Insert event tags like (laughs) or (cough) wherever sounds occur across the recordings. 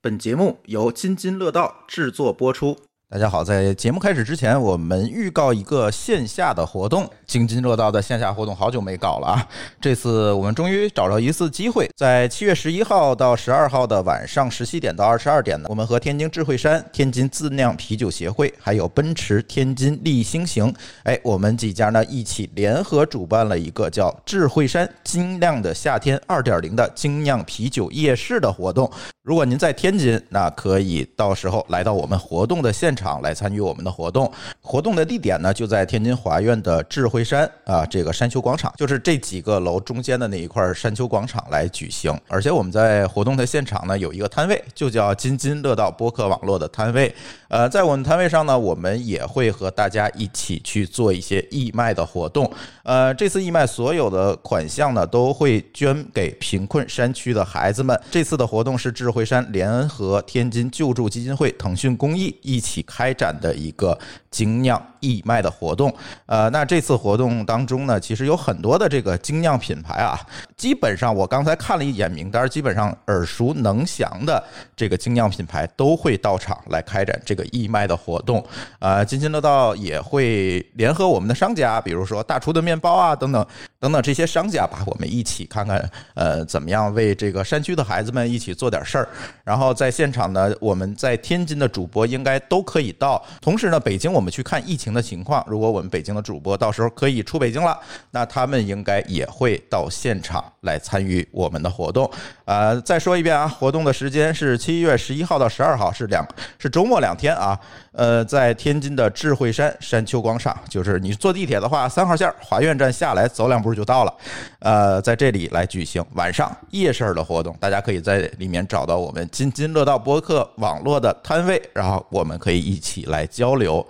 本节目由津津乐道制作播出。大家好，在节目开始之前，我们预告一个线下的活动——津津乐道的线下活动，好久没搞了啊！这次我们终于找着一次机会，在七月十一号到十二号的晚上十七点到二十二点呢，我们和天津智慧山、天津自酿啤酒协会，还有奔驰天津立星行，哎，我们几家呢一起联合主办了一个叫“智慧山精酿的夏天二点零”的精酿啤酒夜市的活动。如果您在天津，那可以到时候来到我们活动的现场来参与我们的活动。活动的地点呢，就在天津华苑的智慧山啊，这个山丘广场，就是这几个楼中间的那一块山丘广场来举行。而且我们在活动的现场呢，有一个摊位，就叫津津乐道播客网络的摊位。呃，在我们摊位上呢，我们也会和大家一起去做一些义卖的活动。呃，这次义卖所有的款项呢，都会捐给贫困山区的孩子们。这次的活动是智慧山联合天津救助基金会、腾讯公益一起开展的一个精酿义卖的活动。呃，那这次活动当中呢，其实有很多的这个精酿品牌啊，基本上我刚才看了一眼名单，基本上耳熟能详的这个精酿品牌都会到场来开展这个义卖的活动。呃，津津乐道也会联合我们的商家，比如说大厨的面包啊等等等等这些商家吧，我们一起看看呃怎么样为这个山区的孩子们一起做点事儿。然后在现场呢，我们在天津的主播应该都可以到。同时呢，北京我们去看疫情的情况，如果我们北京的主播到时候可以出北京了，那他们应该也会到现场来参与我们的活动。呃，再说一遍啊，活动的时间是七月十一号到十二号，是两是周末两天啊。呃，在天津的智慧山山丘广场，就是你坐地铁的话，三号线华苑站下来走两步就到了。呃，在这里来举行晚上夜市儿的活动，大家可以在里面找到我们津津乐道播客网络的摊位，然后我们可以一起来交流。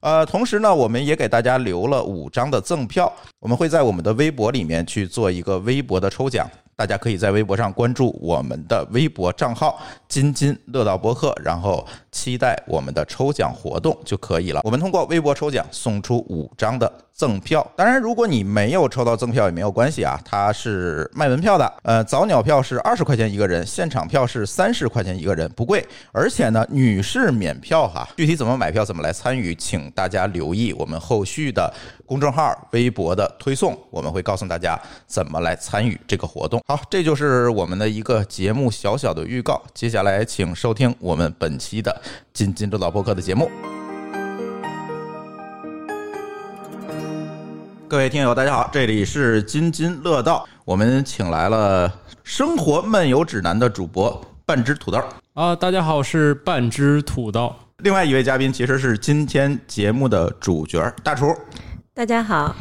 呃，同时呢，我们也给大家留了五张的赠票，我们会在我们的微博里面去做一个微博的抽奖。大家可以在微博上关注我们的微博账号“津津乐道博客”，然后期待我们的抽奖活动就可以了。我们通过微博抽奖送出五张的赠票，当然如果你没有抽到赠票也没有关系啊，它是卖门票的。呃，早鸟票是二十块钱一个人，现场票是三十块钱一个人，不贵。而且呢，女士免票哈。具体怎么买票，怎么来参与，请大家留意我们后续的公众号、微博的推送，我们会告诉大家怎么来参与这个活动。好，这就是我们的一个节目小小的预告。接下来，请收听我们本期的《津津乐道播客》的节目。各位听友，大家好，这里是津津乐道，我们请来了《生活漫游指南》的主播半只土豆。啊，大家好，我是半只土豆。另外一位嘉宾其实是今天节目的主角大厨，大家好，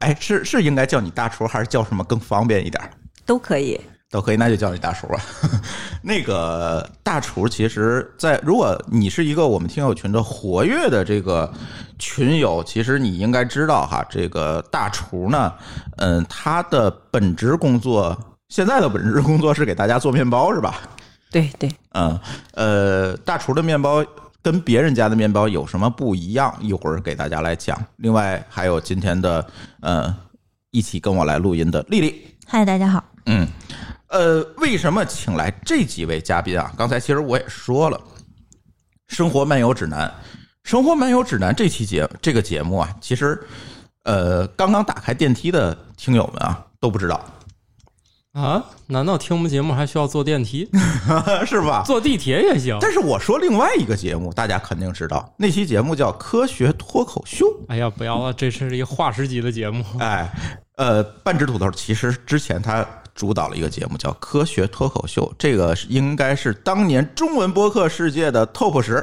哎，是是应该叫你大厨还是叫什么更方便一点？都可以。都可以，那就叫你大厨吧。 (laughs) 那个大厨，其实在，如果你是一个我们听友群的活跃的这个群友，其实你应该知道哈，这个大厨呢，嗯，他的本职工作，现在的本职工作是给大家做面包，是吧？对对，嗯，呃，大厨的面包跟别人家的面包有什么不一样？一会儿给大家来讲。另外还有今天的，呃，一起跟我来录音的丽丽，嗨，大家好。嗯，呃，为什么请来这几位嘉宾啊？刚才其实我也说了，《生活漫游指南》《生活漫游指南》这期节这个节目啊，其实呃，刚刚打开电梯的听友们啊都不知道， (laughs) 啊，难道听我们节目还需要坐电 (laughs) 梯？是吧？坐地铁也行。但是我说另外一个节目，大家肯定知道，那期节目叫《科学脱口秀》。哎呀，不要了，这是一个化石级的节目。哎，呃，半只土豆其实之前他主导了一个节目叫《科学脱口秀》，这个是应该是当年中文播客世界的 top 十，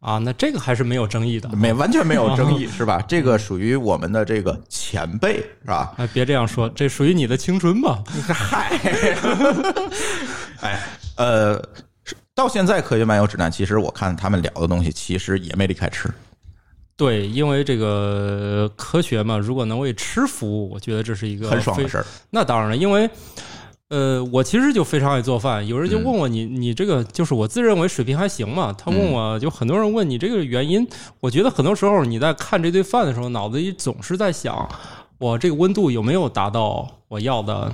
啊，那这个还是没有争议的。没完全没有争议是吧？这个属于我们的这个前辈是吧？哎，别这样说，这属于你的青春吧？嗨，哎，呃，到现在《科学漫游指南》其实我看他们聊的东西其实也没离开吃，对，因为这个呃科学嘛，如果能为吃服务，我觉得这是一个很爽啊非的事儿。那当然了，因为呃，我其实就非常爱做饭。有人嗯就问我你，你这个就是我自认为水平还行嘛？他问我就很多人问你这个原因，我觉得很多时候你在看这堆饭的时候，脑子里总是在想，我这个温度有没有达到我要的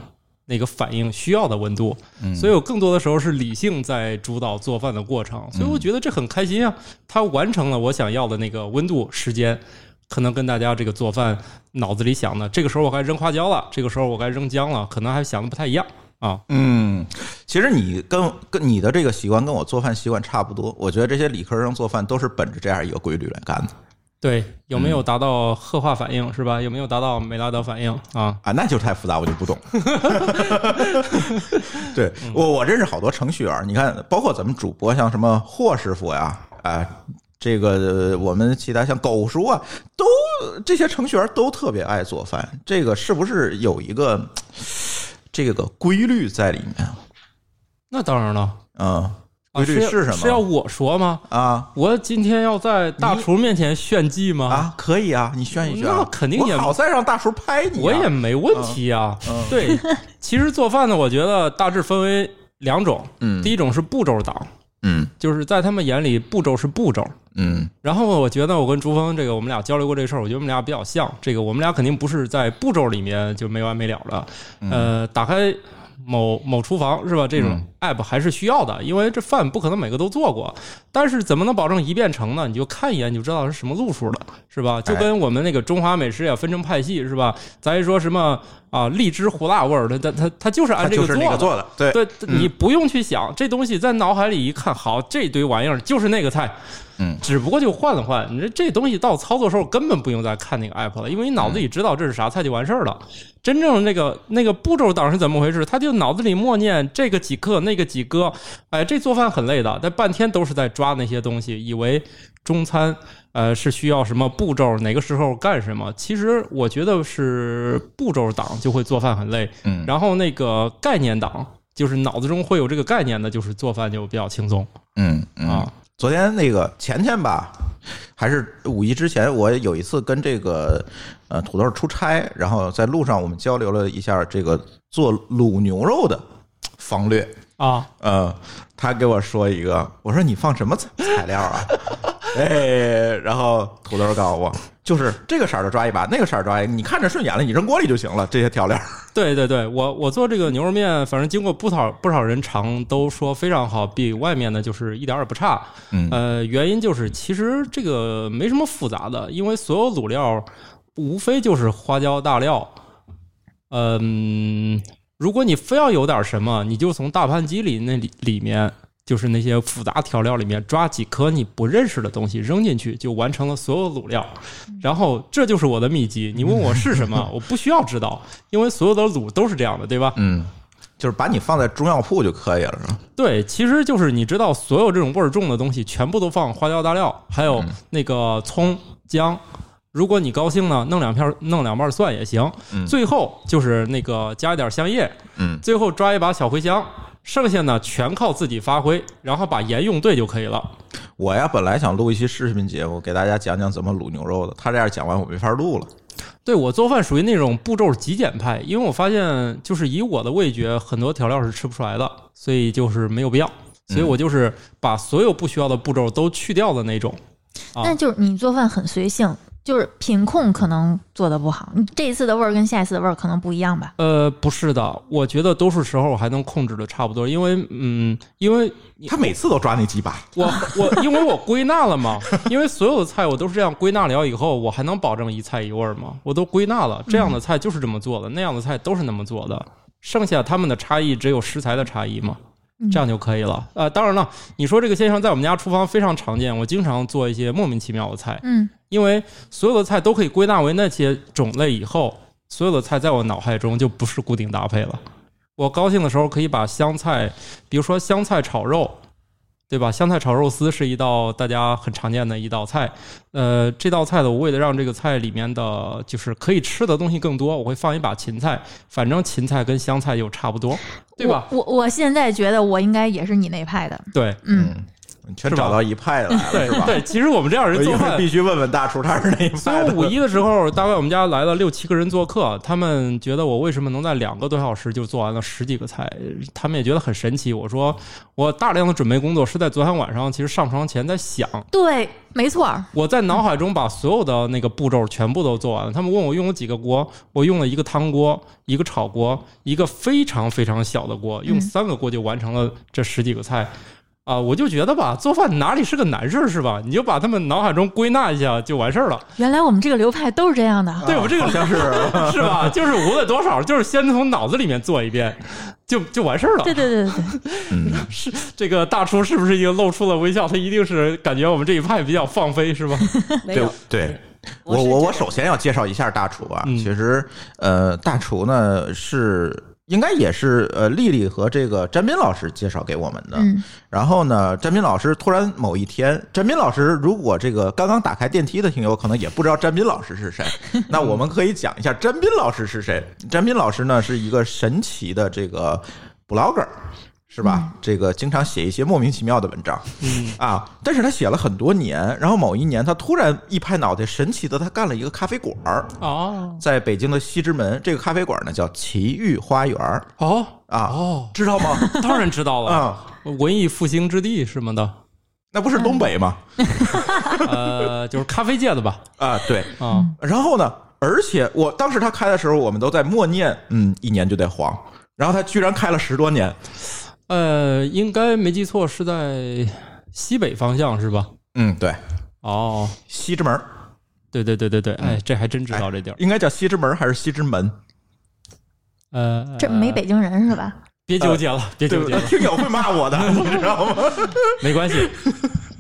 那个反应需要的温度。嗯所以我更多的时候是理性在主导做饭的过程，所以我觉得这很开心啊。它完成了我想要的那个温度、时间，可能跟大家这个做饭脑子里想的，这个时候我该扔花椒了，这个时候我该扔姜了，可能还想的不太一样啊。嗯，其实你跟跟你的这个习惯跟我做饭习惯差不多，我觉得这些理科生做饭都是本着这样一个规律来干的对，有没有达到褐化反应是吧？有没有达到美拉德反应啊？啊，那就太复杂，我就不懂。 (laughs) 对我我认识好多程序员，你看，包括咱们主播，像什么霍师傅呀，啊。这个呃我们其他像狗叔啊，都这些程序员都特别爱做饭，这个是不是有一个这个规律在里面？那当然了，嗯，啊规律是什么？是要我说吗？啊我今天要在大厨面前炫技吗？啊，可以啊，你炫一炫啊，那肯定也我好在让大叔拍你啊、我也没问题啊。嗯对，其实做饭呢，我觉得大致分为两种，嗯第一种是步骤党，嗯就是在他们眼里步骤是步骤。嗯然后我觉得我跟朱峰这个我们俩交流过这事儿，我觉得我们俩比较像。这个我们俩肯定不是在步骤里面就没完没了的。嗯呃，打开某某厨房是吧？这种 app 还是需要的，因为这饭不可能每个都做过。但是怎么能保证一遍成呢？你就看一眼你就知道是什么路数了，是哎吧？就跟我们那个中华美食也分成派系是吧？咱一说什么啊，荔枝胡辣味儿，它它它它就是他按这就是那做个的。做的，对，嗯对，你不用去想这东西，在脑海里一看，好，这堆玩意儿就是那个菜，嗯只不过就换了换。你这这东西到操作时候根本不用再看那个 app 了，因为你嗯脑子里知道这是啥菜就完事儿了。真正那个那个步骤党是怎么回事？他就脑子里默念这个几克，那个几哥，哎，这做饭很累的，但半天都是在抓那些东西，以为中餐呃是需要什么步骤，哪个时候干什么。其实我觉得是步骤党就会做饭很累，嗯然后那个概念党，就是脑子中会有这个概念的，就是做饭就比较轻松嗯嗯啊。昨天那个前天吧，还是五一之前，我有一次跟这个呃土豆出差，然后在路上我们交流了一下这个做卤牛肉的方略。啊，呃，他给我说一个，我说你放什么材材料啊？ (laughs) 哎，然后土豆告诉我，就是这个色儿的抓一把，那个色儿抓一把，你看着顺眼了，你扔锅里就行了。这些调料，对对对，我我做这个牛肉面，反正经过不少不少人尝，都说非常好，比外面的就是一点儿也不差。嗯呃，原因就是其实这个没什么复杂的，因为所有卤料无非就是花椒、大料，嗯，如果你非要有点什么，你就从大盘鸡里那里里面，就是那些复杂调料里面抓几颗你不认识的东西扔进去，就完成了所有卤料。然后这就是我的秘籍。你问我是什么，我不需要知道，因为所有的卤都是这样的，对吧？嗯，就是把你放在中药铺就可以了，是吧？对，其实就是你知道，所有这种味儿重的东西，全部都放花椒、大料，还有嗯那个葱、姜。如果你高兴呢，弄两片儿，弄两瓣蒜也行。嗯最后就是那个加一点香叶，嗯最后抓一把小茴香，剩下呢全靠自己发挥，然后把盐用对就可以了。我呀本来想录一期视频节目，给大家讲讲怎么卤牛肉的，他这样讲完我没法录了。对我做饭属于那种步骤极简派，因为我发现就是以我的味觉，很多调料是吃不出来的，所以就是没有必要。所以我就是把所有不需要的步骤都去掉的那种。啊那就是你做饭很随性，就是品控可能做的不好，你这一次的味儿跟下一次的味儿可能不一样吧？呃，不是的，我觉得多数时候我还能控制的差不多，因为嗯，因为他每次都抓那几把，我我因为我归纳了嘛， (laughs) 因为所有的菜我都是这样归纳了以后，我还能保证一菜一味儿吗？我都归纳了，这样的菜就是这么做的，那样的菜都是那么做的，剩下他们的差异只有食材的差异嘛，这样就可以了。呃，当然了，你说这个现象在我们家厨房非常常见，我经常做一些莫名其妙的菜，嗯，因为所有的菜都可以归纳为那些种类以后，所有的菜在我脑海中就不是固定搭配了。我高兴的时候可以把香菜，比如说香菜炒肉，对吧？香菜炒肉丝是一道大家很常见的一道菜。呃，这道菜的我为了让这个菜里面的就是可以吃的东西更多，我会放一把芹菜，反正芹菜跟香菜 (laughs) 又差不多，对吧？我我我现在觉得我应该也是你那派的，对，嗯，全是吧找到一派来了，对是吧？ (laughs) 对，其实我们这样我人一做 (laughs) 会儿饭必，须问问大厨他是哪一所派以的。我五一的时候，大概我们家来了六七个人做客，他们觉得我为什么能在两个多小时就做完了十几个菜，他们也觉得很神奇。我说我大量的准备工作是在昨天晚上，其实上床前在想，对，没错儿，我在脑海中把所有的那个步骤全部都做完了。他们问我用了几个锅，我用了一个汤锅、一个炒锅、一个非常非常小的锅，用嗯三个锅就完成了这十几个菜。啊、我就觉得吧，做饭哪里是个难事儿是吧？你就把他们脑海中归纳一下就完事儿了，原来我们这个流派都是这样的。啊对我们这个好像是是 (laughs) 吧？就是无论多少，就是先从脑子里面做一遍，就就完事儿了。对对对对对， (laughs) 嗯， (laughs) 是这个大厨是不是已经露出了微笑？他一定是感觉我们这一派比较放飞是吧？ (laughs) 没有，对。我我我是这我样首先要介绍一下大厨啊，嗯其实呃，大厨呢是应该也是呃丽丽和这个詹斌老师介绍给我们的。嗯，然后呢，詹斌老师突然某一天，詹斌老师如果这个刚刚打开电梯的听友可能也不知道詹斌老师是谁，那我们可以讲一下詹斌老师是谁。詹斌老师呢是一个神奇的这个 blogger。是吧？这个经常写一些莫名其妙的文章，嗯啊，但是他写了很多年，然后某一年他突然一拍脑袋，神奇的他干了一个咖啡馆儿，哦在北京的西直门，这个咖啡馆呢叫奇遇花园儿哦嗯啊，哦，知道吗？当然知道了，啊，文艺复兴之地什么的，那不是东北吗？呃，就是咖啡界的 (laughs) 吧？啊，对，嗯啊，然后呢，而且我当时他开的时候，我们都在默念，嗯，一年就得黄。然后他居然开了十多年，呃，应该没记错是在西北方向是吧？嗯，对，哦，西直门儿对对对对对，哎，这还真知道这地儿。应该叫西直门儿还是西直门？呃，这没北京人是吧？别纠结了，别对纠不结对了？，听友会骂 (laughs) 我的，你知道吗？没关系。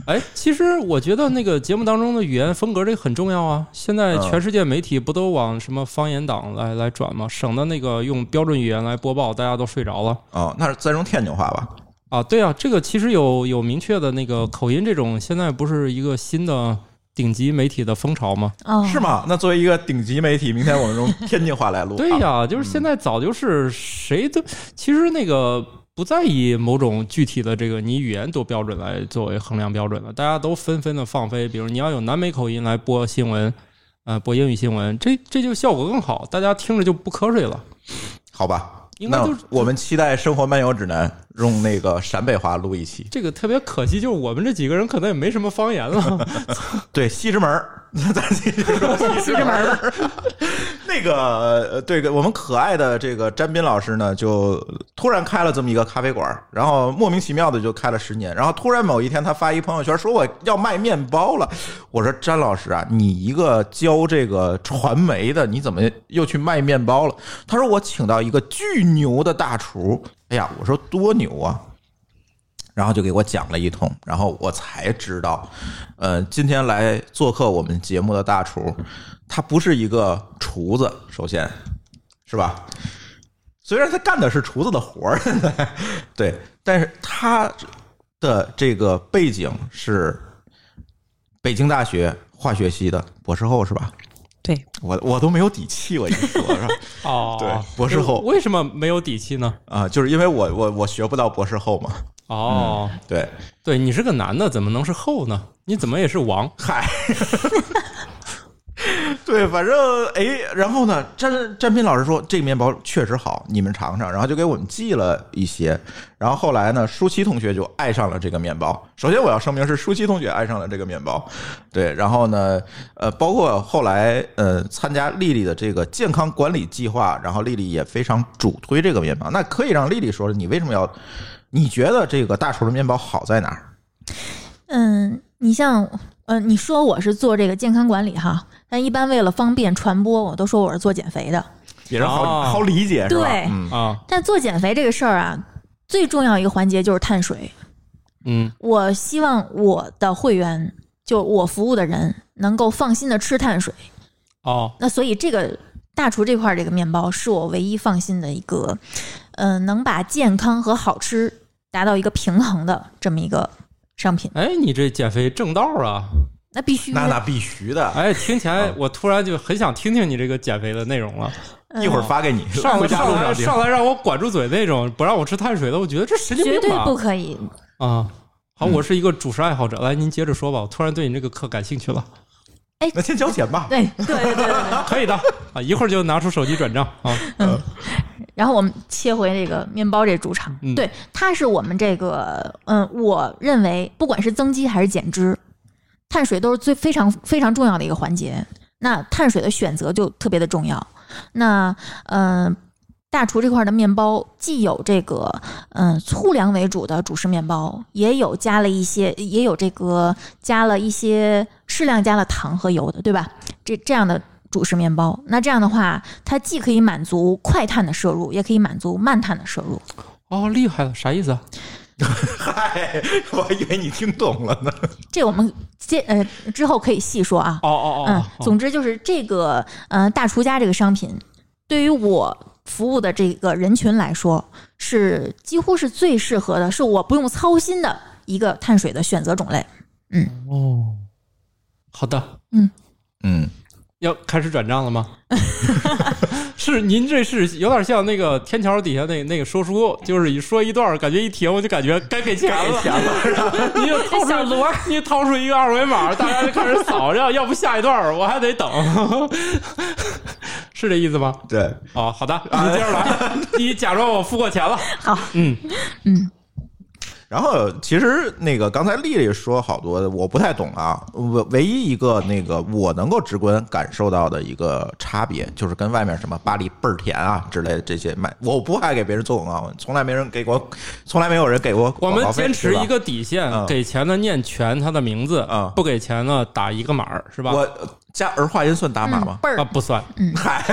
哎，其实我觉得那个节目当中的语言风格这个很重要啊。现在嗯全世界媒体不都往什么方言党来来转吗？省得那个用标准语言来播报，大家都睡着了。哦，那是三中天津话吧？啊，对啊，这个其实有有明确的那个口音，这种现在不是一个新的顶级媒体的风潮吗？哦，呃是？吗？那作为一个顶级媒体，明天我们用天津话来录。对呀、就是现在早就是谁都其实那个不在意某种具体的这个你语言多标准来作为衡量标准了，大家都纷纷的放飞，比如你要有南美口音来播新闻，呃，播英语新闻，这这就效果更好，大家听着就不瞌睡了。好吧，应该那就是我们期待《生活漫游指南》用那个陕北话录一期。这个特别可惜，就是我们这几个人可能也没什么方言 (laughs) 了。对，西直门儿， (laughs) 咱西直门儿， (laughs) 西直门儿。那个呃对，我们可爱的这个詹斌老师呢，就突然开了这么一个咖啡馆儿，然后莫名其妙的就开了十年，然后突然某一天他发一朋友圈说我要卖面包了，我说詹老师啊，你一个教这个传媒的，你怎么又去卖面包了？他说我请到一个巨牛的大厨，哎呀，我说多牛啊！然后就给我讲了一通，然后我才知道，呃，今天来做客我们节目的大厨，他不是一个厨子，首先是吧？虽然他干的是厨子的活儿， (laughs) 对，但是他的这个背景是北京大学化学系的博士后，是吧？对，我我都没有底气，我一说是吧？ (laughs) 哦，对博士后为什么没有底气呢？啊、就是因为我我我学不到博士后嘛，哦。对，对你是个男的，怎么能是后呢？你怎么也是王？嗨，对，反正哎，然后呢，詹詹斌老师说这个面包确实好，你们尝尝，然后就给我们寄了一些。然后后来呢，舒淇同学就爱上了这个面包。首先我要声明是舒淇同学爱上了这个面包，对。然后呢，呃，包括后来呃参加丽丽的这个健康管理计划，然后丽丽也非常主推这个面包。那可以让丽丽说，你为什么要？你觉得这个大厨的面包好在哪儿？嗯，你像，呃，你说我是做这个健康管理哈，但一般为了方便传播，我都说我是做减肥的。也是好、哦好理解，是吧？对嗯。啊，但做减肥这个事儿啊，最重要一个环节就是碳水。嗯，我希望我的会员，就我服务的人，能够放心的吃碳水。哦，那所以这个大厨这块儿这个面包是我唯一放心的一个，嗯、能把健康和好吃达到一个平衡的这么一个商品。哎，你这减肥正道啊！那必须那那必须的，哎，听起来啊我突然就很想听听你这个减肥的内容了。嗯一会儿发给你。上回来家上路来上上听。来让我管住嘴那种，不让我吃碳水的，我觉得这神经呃绝病对吧不可以。啊！好，嗯我是一个主食爱好者，来您接着说吧，我突然对你这个课感兴趣了。那先交钱吧。对，对对 (laughs) 对，可以的啊，一会儿就拿出手机转账啊。然后我们切回这个面包这主场，嗯对，它是我们这个，嗯，我认为不管是增肌还是减脂，碳水都是最非常非常重要的一个环节。那碳水的选择就特别的重要。那嗯、呃大厨这块的面包既有这个嗯、呃粗粮为主的主食面包，也有加了一些，也有这个加了一些适量加了糖和油的，对吧？这这样的主食面包，那这样的话，它既可以满足快碳的摄入，也可以满足慢碳的摄入。哦，厉害了，啥意思啊？嗨， (laughs) 我还以为你听懂了呢。这我们接呃之后可以细说啊。哦哦嗯哦，哦，总之就是这个呃大厨家这个商品，对于我服务的这个人群来说，是几乎是最适合的，是我不用操心的一个碳水的选择种类。哦，好的，嗯，要开始转账了吗？ (laughs) 是您这是有点像那个天桥底下那那个说书，就是一说一段，感觉一停我就感觉该给钱了， (laughs) 你就掏出小罗，你掏出一个二维码，大家就开始扫，要要不下一段我还得等，是这意思吗？对，哦，好的，你接着来，你假装我付过钱了，好，嗯，然后其实那个刚才丽丽说好多我不太懂啊，唯唯一一个那个我能够直观感受到的一个差别，就是跟外面什么巴黎倍儿甜啊之类的这些卖，我不爱给别人做广告，从来没人给过，从来没有人给过我广们告费。坚持是吧一个底线，嗯给钱的念全他的名字，嗯不给钱呢打一个码儿，是吧？我加儿化音算打码吗？倍儿、啊，不算，嗨、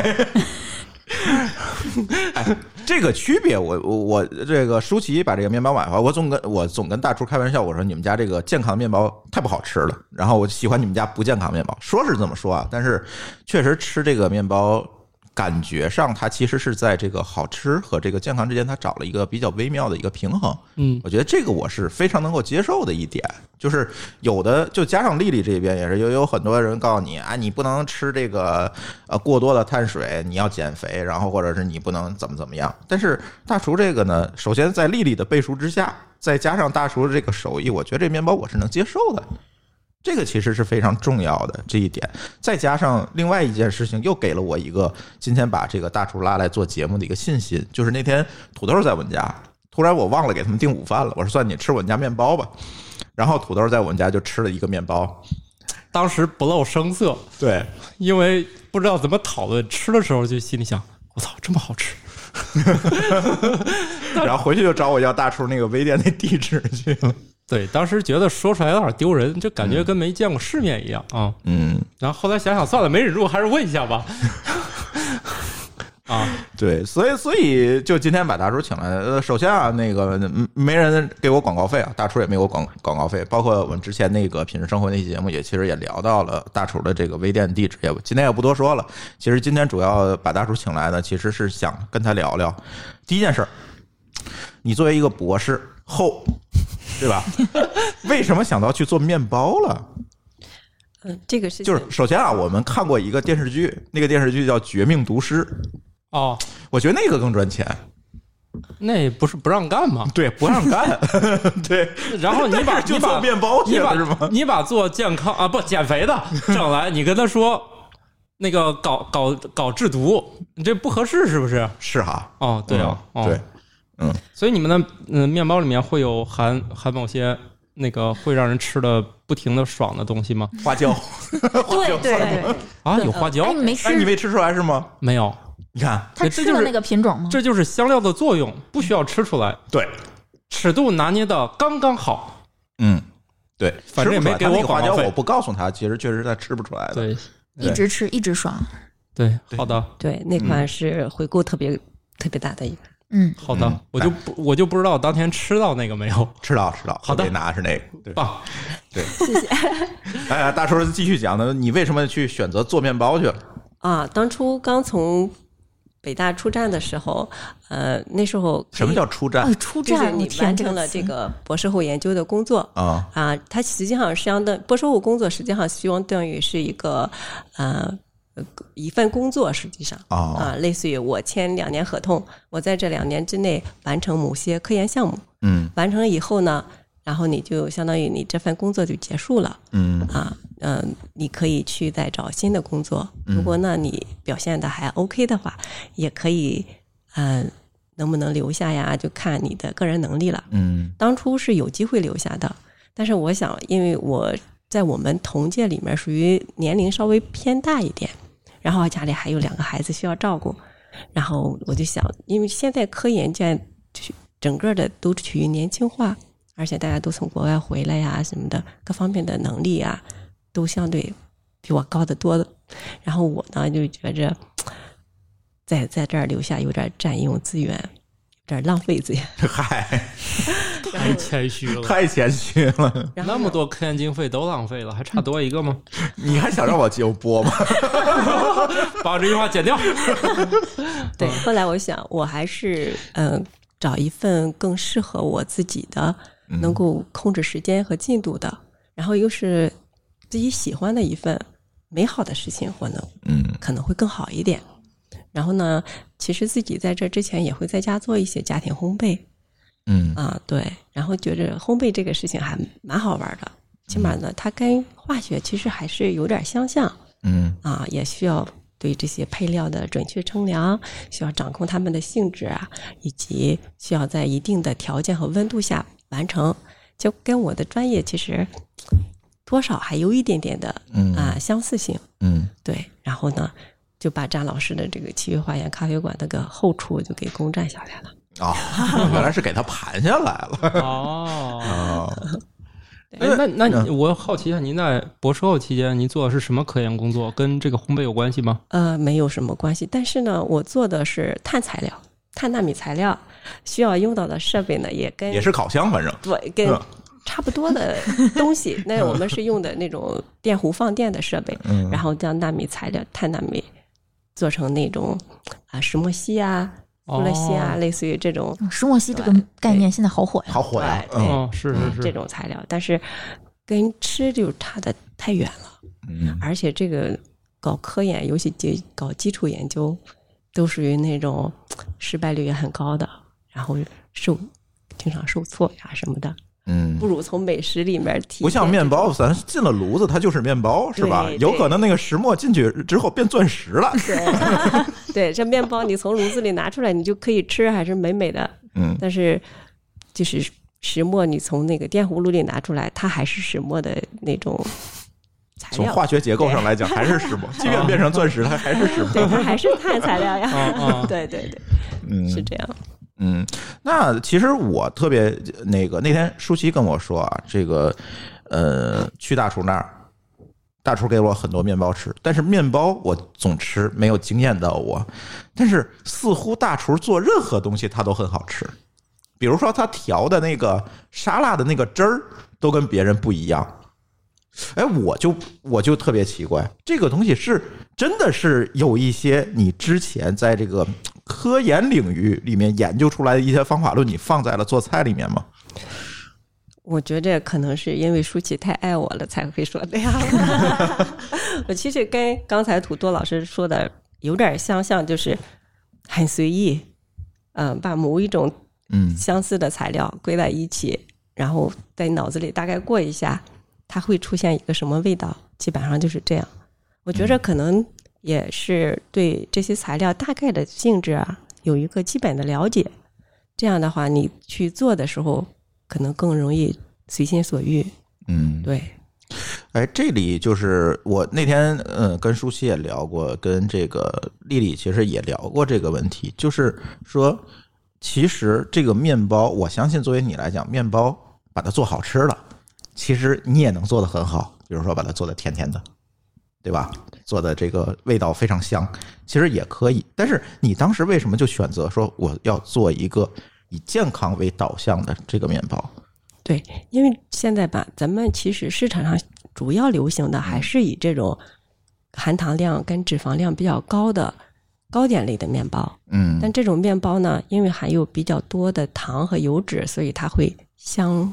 哎这个区别我，我我这个舒淇把这个面包买回来，我总跟我总跟大厨开玩笑，我说你们家这个健康面包太不好吃了，然后我喜欢你们家不健康面包。说是这么说啊，但是确实吃这个面包。感觉上，它其实是在这个好吃和这个健康之间，它找了一个比较微妙的一个平衡。嗯，我觉得这个我是非常能够接受的一点，就是有的就加上丽丽这边也是，有有很多人告诉你啊，你不能吃这个呃过多的碳水，你要减肥，然后或者是你不能怎么怎么样。但是大厨这个呢，首先在丽丽的背书之下，再加上大厨的这个手艺，我觉得这面包我是能接受的。这个其实是非常重要的这一点，再加上另外一件事情，又给了我一个今天把这个大厨拉来做节目的一个信心，就是那天土豆在我们家，突然我忘了给他们订午饭了，我说算你吃我们家面包吧，然后土豆在我们家就吃了一个面包，当时不露声色，对，因为不知道怎么讨论吃的时候，就心里想，我操，这么好吃，然后回去就找我要大厨那个微店那地址去了，对，当时觉得说出来有点丢人，就感觉跟没见过世面一样啊。嗯，然后后来想想，算了，没忍住，还是问一 (laughs) 下吧。啊，对，所以所以就今天把大厨请来，呃，首先啊，那个嗯没人给我广告费啊，大厨也没有广广告费，包括我们之前那个呃品质生活那期节目也其实也聊到了大厨的这个微店地址，也不今天也不多说了。其实今天主要把大厨请来呢，其实是想跟他聊聊第一件事儿，你作为一个博士后，对吧？为什么想到去做面包了？嗯，这个事情就是首先啊，我们看过一个电视剧，那个电视剧叫《绝命毒师》，哦，我觉得那个更赚钱。那不是不让干 (laughs) 吗？对，不让干，对，然后你把就你把做面包去你了把是吗？你把做健康啊不减肥的整来，你跟他说那个搞搞搞制毒，你这不合适是不是？是哈，哦，对啊，嗯哦，对，所以你们的嗯、面包里面会有含含某些那个会让人吃的不停的爽的东西吗？花椒，对对对，啊，对有花椒、哎，你没吃、 (laughs) 哎，你没吃出来是吗？没有？你看，他这吃就的是那个品种吗？这就是香料的作用，不需要吃出来，对，尺度拿捏的刚刚好。嗯，对，反正也没给吃不出来他那个花我椒，广告费我不告诉他，其实确实他吃不出来的。对一直吃一直爽，对，对好的对那嗯款是回购特别、特别大的一款，嗯，好的嗯，我就不我就不知道当天吃到那个没有。吃到吃到，好的我给拿是那个。对，棒，哎，大叔继续讲呢，你为什么去选择做面包去了？啊，当初刚从北大出站的时候，呃，那时候可以什么叫出站哎，出就是站，我你天，完成了这这个词个博士后研究的工作啊？啊，它实际上相当博士后工作实际上相当于是一个呃一份工作，实际上哦啊，类似于我签两年合同，我在这两年之内完成某些科研项目，嗯完成了以后呢，然后你就相当于你这份工作就结束了嗯啊，嗯、你可以去再找新的工作。嗯如果呢你表现的还 OK 的话，也可以，嗯、能不能留下呀？就看你的个人能力了。嗯当初是有机会留下的，但是我想，因为我在我们同届里面属于年龄稍微偏大一点，然后家里还有两个孩子需要照顾，然后我就想，因为现在科研卷整个的都趋于年轻化，而且大家都从国外回来呀、什么的，各方面的能力啊都相对比我高得多的，然后我呢就觉着在在这儿留下有点占用资源，有点浪费资源。 (laughs) 嗯 (laughs) 嗨，太谦虚了。太谦虚了，然后嗯那么多科研经费都浪费了，还差多一个吗？ (laughs) 你还想让我就播吗？把我这句话剪 (laughs) 掉。对，后来我想，我还是嗯、呃找一份更适合我自己的，能够控制时间和进度的，然后又是自己喜欢的一份美好的事情，我能嗯可能会更好一点。然后呢，其实自己在这之前也会在家做一些家庭烘焙嗯啊，对，然后觉着烘焙这个事情还蛮好玩的，起码呢，它跟化学其实还是有点相像。嗯啊，也需要对这些配料的准确称量，需要掌控它们的性质啊，以及需要在一定的条件和温度下完成。就跟我的专业其实多少还有一点点的嗯啊相似性。嗯对，然后呢，就把张老师的这个七月花园咖啡馆那个后厨就给攻占下来了。哦， (laughs) 原来是给他盘下来了哦，哦，哎那那你嗯我好奇一下，您在博士后期间您做的是什么科研工作？跟这个烘焙有关系吗？呃，没有什么关系。但是呢，我做的是碳材料，碳纳米材料，需要用到的设备呢也跟也是烤箱，反正对，跟嗯差不多的 (laughs) 东西。那我们是用的那种电弧放电的设备，嗯然后将纳米材料碳纳米做成那种啊石墨烯啊、富勒烯啊，哦类似于这种嗯石墨烯这个概哎念现在好火呀，好火呀，对嗯哦，是是这是，种材料，但是跟吃就差的太远了。嗯而且这个搞科研，尤其基搞基础研究，都属于那种失败率也很高的，然后受经常受挫呀什么的，嗯不。如从美食里面提。不像面包，咱进了炉子，它就是面包，是吧？对对有可能那个石墨进去之后变钻石 (laughs) 了。对， (laughs) 对，这面包你从炉子里拿出来，你就可以吃，还是美美的。嗯但是就是石墨，你从那个电弧炉里拿出来，它还是石墨的那种材从料，化学结构上来讲，还是石墨，即便变成钻石，它还是石墨。对，它还是碳材料呀。哦哦 (laughs) 对对对，嗯是这样。嗯，那其实我特别那个那天舒淇跟我说啊，这个呃，去大厨那儿，大厨给我很多面包吃，但是面包我总吃，没有惊艳到我。但是似乎大厨做任何东西它都很好吃，比如说他调的那个沙拉的那个汁儿都跟别人不一样。哎，我就我就特别奇怪，这个东西是真的是有一些你之前在这个科研领域里面研究出来的一些方法论，你放在了做菜里面吗？我觉得可能是因为舒淇太爱我了，才会说那样。 (laughs) 我其实跟刚才土豆老师说的有点相像，就是很随意，嗯、把某一种嗯相似的材料归在一起，然后在脑子里大概过一下，它会出现一个什么味道，基本上就是这样。我觉着可能也是对这些材料大概的性质啊有一个基本的了解，这样的话你去做的时候可能更容易随心所欲。嗯，对，哎，这里就是我那天嗯跟舒淇也聊过，跟这个丽丽其实也聊过这个问题，就是说，其实这个面包，我相信作为你来讲，面包把它做好吃了，其实你也能做得很好，比如说把它做的甜甜的，对吧？做的这个味道非常香，其实也可以。但是你当时为什么就选择说我要做一个以健康为导向的这个面包？对，因为现在吧，咱们其实市场上主要流行的还是以这种含糖量跟脂肪量比较高的糕点类的面包。嗯但这种面包呢，因为含有比较多的糖和油脂，所以它会香、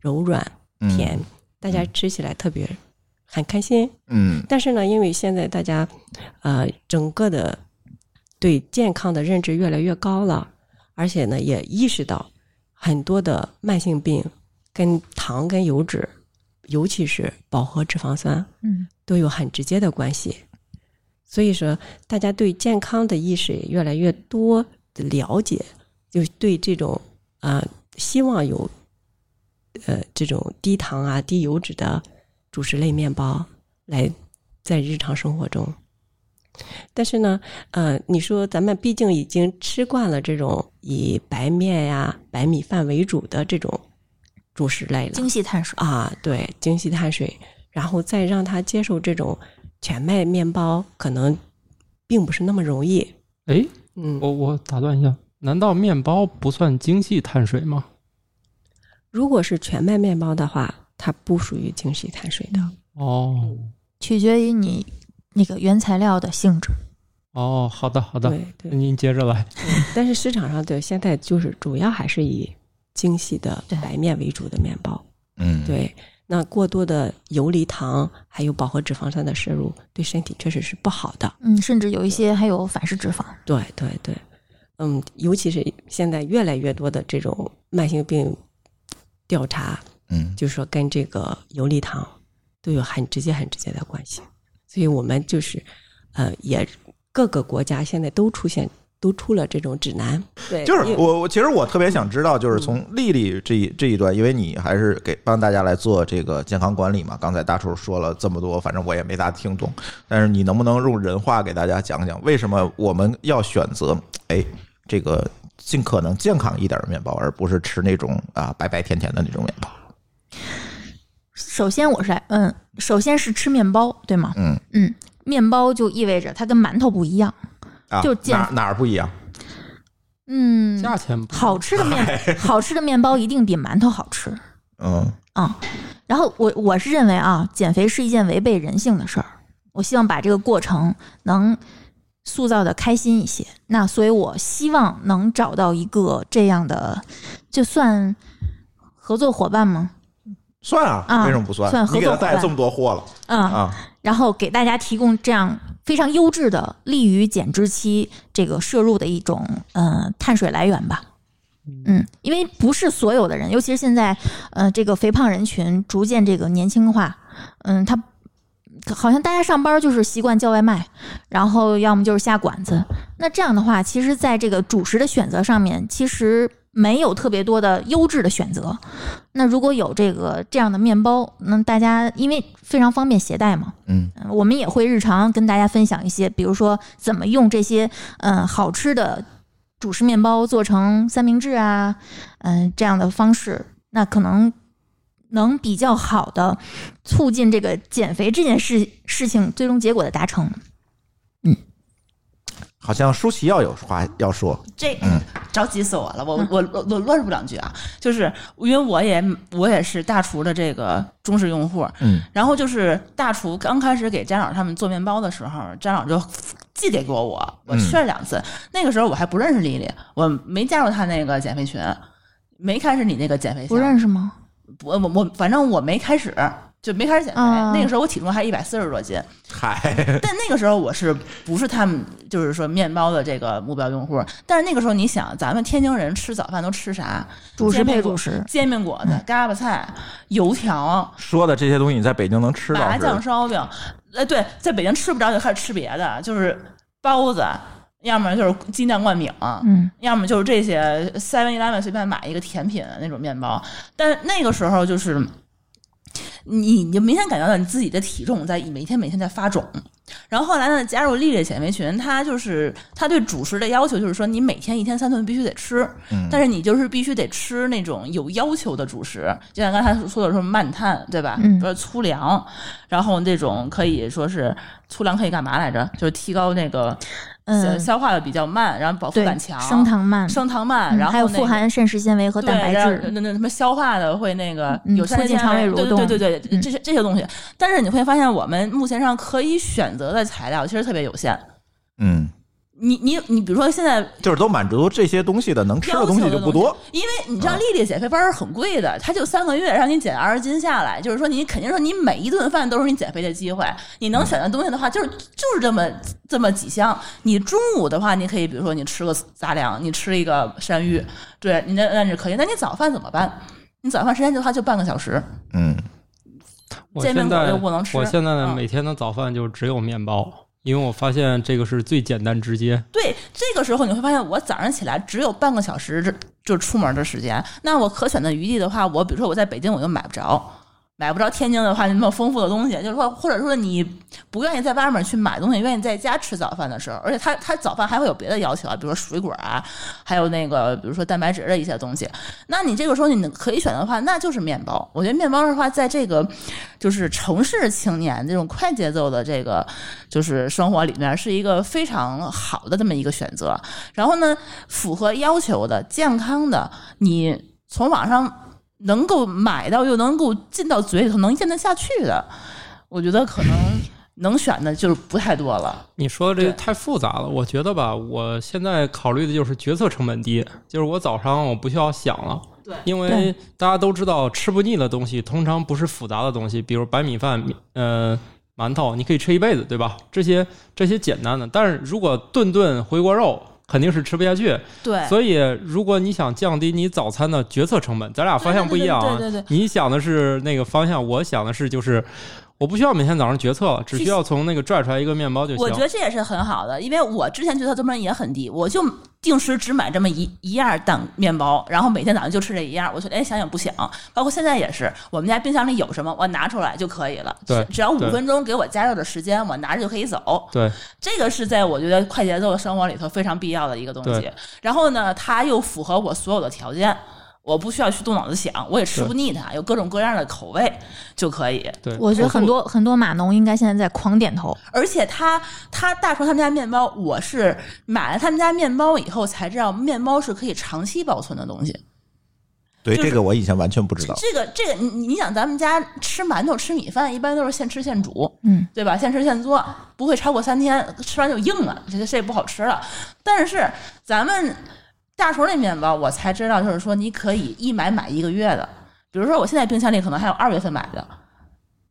柔软、甜，大家吃起来特别很开心。嗯但是呢，因为现在大家呃整个的对健康的认知越来越高了，而且呢也意识到很多的慢性病跟糖跟油脂，尤其是饱和脂肪酸，嗯，都有很直接的关系。所以说，大家对健康的意识也越来越多的了解，就是对这种啊、呃希望有呃这种低糖啊、低油脂的主食类面包来在日常生活中。但是呢，呃，你说咱们毕竟已经吃惯了这种以白面呀、白米饭为主的这种主食类了，精细碳水，啊，对，精细碳水，然后再让他接受这种全麦面包，可能并不是那么容易。哎，嗯，我我打断一下，难道面包不算精细碳水吗？如果是全麦面包的话，它不属于精细碳水的。哦嗯取决于你那个原材料的性质。哦，好的好的，嗯对对，您接着来。但是市场上对现在就是主要还是以精细的对白面为主的面包。嗯，，对，那过多的游离糖还有饱和脂肪酸的摄入，对身体确实是不好的。嗯，甚至有一些还有反式脂肪。对对对，嗯，尤其是现在越来越多的这种慢性病调查，嗯，就是说跟这个游离糖都有很直接、很直接的关系。所以我们就是，呃，也各个国家现在都出现都出了这种指南，对，就是因为我我其实我特别想知道，就是从丽丽这一这一段，因为你还是给帮大家来做这个健康管理嘛。刚才大厨说了这么多，反正我也没咋听懂，但是你能不能用人话给大家讲讲，为什么我们要选择哎这个尽可能健康一点的面包，而不是吃那种啊白白甜甜的那种面包？首先我是来，嗯，首先是吃面包，对吗？嗯嗯，面包就意味着它跟馒头不一样。啊，就是健哪哪儿不一样？嗯，价钱不好吃的面好吃的面包一定比馒头好吃。嗯然后我我是认为啊，减肥是一件违背人性的事儿。我希望把这个过程能塑造的开心一些。那所以，我希望能找到一个这样的，就算合作伙伴吗？算啊，啊为什么不算？算合你给他作伙带伴这么多货了嗯，啊！然后给大家提供这样非常优质的、利于减脂期这个摄入的一种呃碳水来源吧。嗯，因为不是所有的人，尤其是现在，呃，这个肥胖人群逐渐这个年轻化，嗯，他好像大家上班就是习惯叫外卖，然后要么就是下馆子。那这样的话，其实在这个主食的选择上面，其实没有特别多的优质的选择。那如果有这个这样的面包，那大家因为非常方便携带嘛，嗯呃，我们也会日常跟大家分享一些，比如说怎么用这些嗯好吃的主食面包做成三明治啊，嗯、这样的方式，那可能能比较好的促进这个减肥这件事事情最终结果的达成。好像舒淇要有话要说，这嗯着急死我了，嗯我我我我乱入两句啊，就是因为我也我也是大厨的这个忠实用户，嗯，然后就是大厨刚开始给詹老他们做面包的时候，詹老就寄给过我，嗯我去了两次，那个时候我还不认识丽丽，我没加入她那个减肥群，没开始你那个减肥不项认识吗？我我我反正我没开始。就没开始减肥，啊那个时候我体重还一百四十多斤， (laughs) 嗨，但那个时候我是不是他们就是说面包的这个目标用户？但是那个时候你想，咱们天津人吃早饭都吃啥？主食煎配饼主果食，煎饼果子、嘎巴菜、油条、说的这些东西你在北京能吃到麻是酱烧饼，呃，对，在北京吃不着就开始吃别的，就是包子，要么就是鸡蛋灌饼，嗯，要么就是这些 Seven Eleven 随便买一个甜品那种面包。但那个时候就是。你你就明显感觉到你自己的体重在每天每天在发肿，然后后来呢，加入丽丽减肥群，她就是她对主食的要求就是说，你每天一天三顿必须得吃，嗯但是你就是必须得吃那种有要求的主食，就像刚才说的说慢碳，对吧？嗯不是粗粮，然后那种可以说是粗粮可以干嘛来着？就是提高那个消嗯，消化的比较慢，然后饱腹对感，强，升糖慢，升糖慢，嗯然后还有那富个含膳食纤维和对，蛋白然后质，那那什么消化的会那个嗯有膳促食进纤肠维胃蠕对动对对对嗯对，这些这些东西。但是你会发现，我们目前上可以选择的材料其实特别有限。嗯，你你你，比如说现在，就是都满足这些东西的，能吃的东西就不多。因为你知道丽丽减肥班儿很贵的，她就三个月让你减二十斤下来，就是说你肯定说你每一顿饭都是你减肥的机会。你能选的东西的话，就是就是这么这么几项。你中午的话，你可以比如说你吃个杂粮，你吃一个山芋，对，你那那是可以。那你早饭怎么办？你早饭时间的话就半个小时，嗯，我煎饼现果在又不能吃。我现在嗯每天的早饭就只有面包，因为我发现这个是最简单直接。对，这个时候你会发现，我早上起来只有半个小时这就出门的时间。那我可选的余地的话，我比如说我在北京我就买不着，买不着天津的话那么丰富的东西，就是说或者说你不愿意在外面去买东西，愿意在家吃早饭的时候，而且他他早饭还会有别的要求啊，比如说水果啊，还有那个比如说蛋白质的一些东西。那你这个时候你可以选的话，那就是面包。我觉得面包的话，在这个就是城市青年这种快节奏的这个就是生活里面，是一个非常好的这么一个选择。然后呢，符合要求的、健康的，你从网上能够买到又能够进到嘴里头能咽得下去的，我觉得可能能选的就是不太多了。你说的这对太复杂了，我觉得吧，我现在考虑的就是决策成本低，就是我早上我不需要想了。对因为对大家都知道，吃不腻的东西通常不是复杂的东西，比如白米饭、米呃馒头，你可以吃一辈子，对吧？这些这些简单的，但是如果顿顿回锅肉，肯定是吃不下去。对所以，如果你想降低你早餐的决策成本，咱俩方向不一样啊。对对对对你想的是那个方向，我想的是就是，我不需要每天早上决策，只需要从那个拽出来一个面包就行。我觉得这也是很好的，因为我之前决策成本也很低，我就定时只买这么一一样蛋面包，然后每天早上就吃这一样。我觉得哎，想想不想，包括现在也是，我们家冰箱里有什么，我拿出来就可以了。对只只要五对分钟给我加热的时间，我拿着就可以走。对这个是在我觉得快节奏的生活里头非常必要的一个东西对。然后呢，它又符合我所有的条件。我不需要去动脑子想，我也吃不腻它，有各种各样的口味就可以。对，我觉得很多很多码农应该现在在狂点头。而且他他大厨他们家面包，我是买了他们家面包以后才知道，面包是可以长期保存的东西。对，就是这个我以前完全不知道。这个这个，你你你想，咱们家吃馒头吃米饭，一般都是现吃现煮，嗯，对吧？现吃现做，不会超过三天，吃完就硬了，这这也不好吃了。但是咱们大厨那面包，我才知道，就是说你可以一买买一个月的。比如说，我现在冰箱里可能还有二月份买的，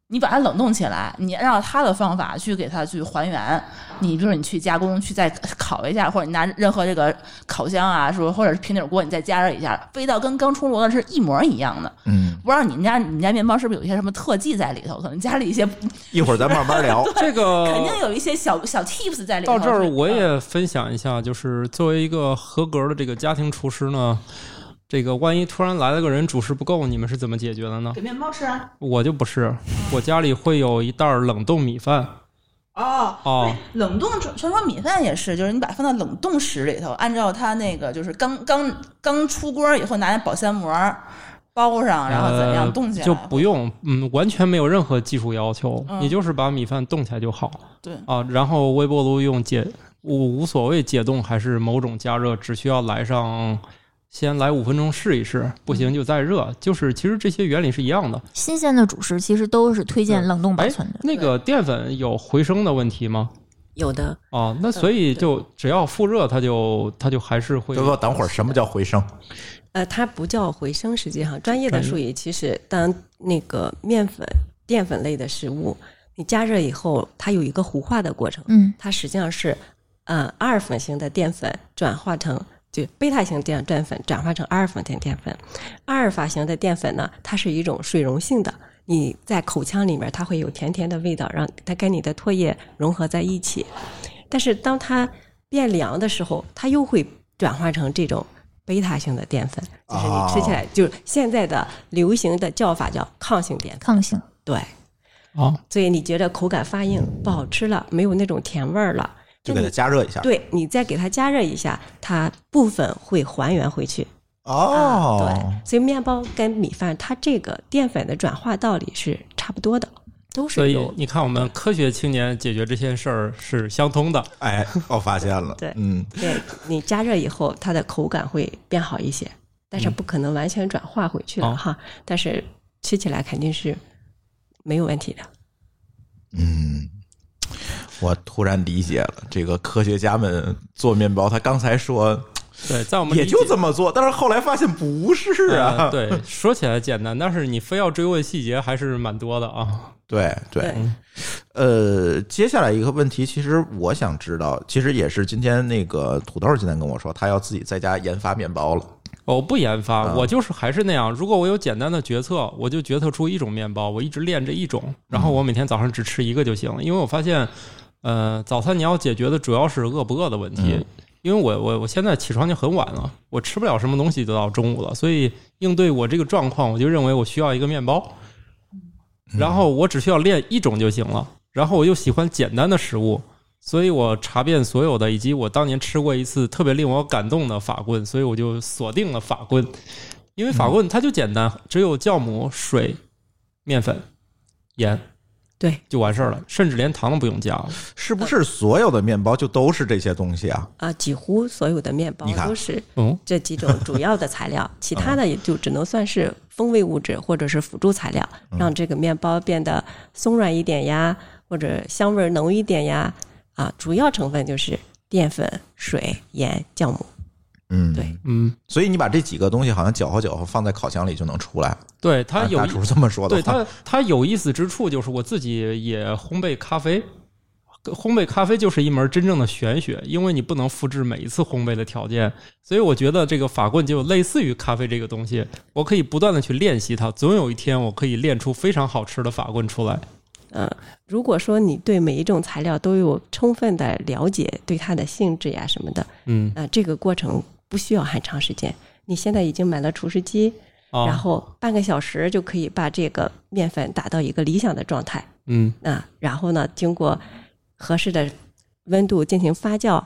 你把它冷冻起来，你按照它的方法去给它去还原。你比如说，你去加工，去再烤一下，或者你拿任何这个烤箱啊，说或者是平底锅，你再加热一下，味道跟刚出炉的是一模一样的。嗯，不知道你们家你们家面包是不是有一些什么特技在里头？可能家里一些肯一会儿咱慢慢 (laughs) 聊。这个定有一些小小 tips 在里到头。这儿，我嗯也分享一下，就是作为一个合格的这个家庭厨师呢，这个万一突然来了个人主食不够，你们是怎么解决的呢？给面包吃啊！我就不是，我家里会有一袋儿冷冻米饭哦，哦，冷冻传传说米饭也是，就是你把它放到冷冻室里头，按照它那个就是刚刚刚出锅以后，拿保鲜膜包上，然后怎样冻起呃来？就不用，嗯，完全没有任何技术要求，嗯你就是把米饭冻起来就好对啊。然后微波炉用解，我无所谓解冻还是某种加热，只需要来上。先来五分钟试一试，不行就再嗯热，就是其实这些原理是一样的。新鲜的主食其实都是推荐对冷冻哎保存的。那个淀粉有回升的问题吗？有的哦，那所以就只要复热，它就它就还是会就说等会儿什么叫回声？呃，它不叫回声，实际上专业的专业术语其实当那个面粉、淀粉类的食物，你加热以后，它有一个糊化的过程，嗯，它实际上是呃阿尔法型的淀粉转化成。就贝塔型淀淀粉转化成阿尔法型淀粉，阿尔法型的淀粉呢，它是一种水溶性的，你在口腔里面它会有甜甜的味道，让它跟你的唾液融合在一起。但是当它变凉的时候，它又会转化成这种贝塔型的淀粉，就是你吃起啊来、就是现在的流行的叫法叫抗性淀粉。抗性。对，啊，所以你觉得口感发硬不好吃了，没有那种甜味儿了，就给它加热一下。对你再给它加热一下，它部分会还原回去。啊哦，对，所以面包跟米饭它这个淀粉的转化道理是差不多的，都所是以有。你看，我们科学青年解决这些事儿是相通的。哎，我发现了。对嗯，对你加热以后，它的口感会变好一些，但嗯是不可能完全转化回去了哦哈。但是吃起来肯定是没有问题的。嗯我突然理解了这个科学家们做面包，他刚才说对，在我们也就这么嗯么做，但是后来发现不是啊。呃对，说起来简单，但是你非要追问细节，还是蛮多的啊。对对，呃，接下来一个问题，其实我想知道，其实也是今天那个土豆今天跟我说，他要自己在家研发面包了。我不研发，啊我就是还是那样。如果我有简单的决策，我就决策出一种面包，我一直练这一种，嗯然后我每天早上只吃一个就行了。因为我发现，呃，早餐你要解决的主要是饿不饿的问题。嗯因为我我我现在起床就很晚了，我吃不了什么东西就到中午了，所以应对我这个状况，我就认为我需要一个面包，嗯然后我只需要练一种就行了。然后我又喜欢简单的食物，所以我查遍所有的，以及我当年吃过一次特别令我感动的法棍，所以我就锁定了法棍，因为嗯法棍它就简单，只有酵母、水、面粉、盐对，就完事儿了，甚至连糖都不用加了。是不呃是所有的面包就都是这些东西啊？啊，几乎所有的面包你看都是哦嗯，这几种主要的材料，其他的也就只能算是风味物质或者是辅助材料，让这个面包变得松软一点呀，或者香味儿浓一点呀。啊，主要成分就是淀粉、水、盐、酵母。嗯，对。嗯，所以你把这几个东西好像搅和搅和，放在烤箱里就能出来。对，它按有大一厨这么说的对话，它它有意思之处就是我自己也烘焙咖啡。烘焙咖啡就是一门真正的玄学，因为你不能复制每一次烘焙的条件，所以我觉得这个法棍就类似于咖啡这个东西，我可以不断的去练习它，总有一天我可以练出非常好吃的法棍出来。呃，如果说你对每一种材料都有充分的了解，对它的性质呀什么的，嗯，呃，这个过程不需要很长时间。你现在已经买了厨师机，啊，然后半个小时就可以把这个面粉打到一个理想的状态。嗯啊，然后呢，经过合适的温度进行发酵，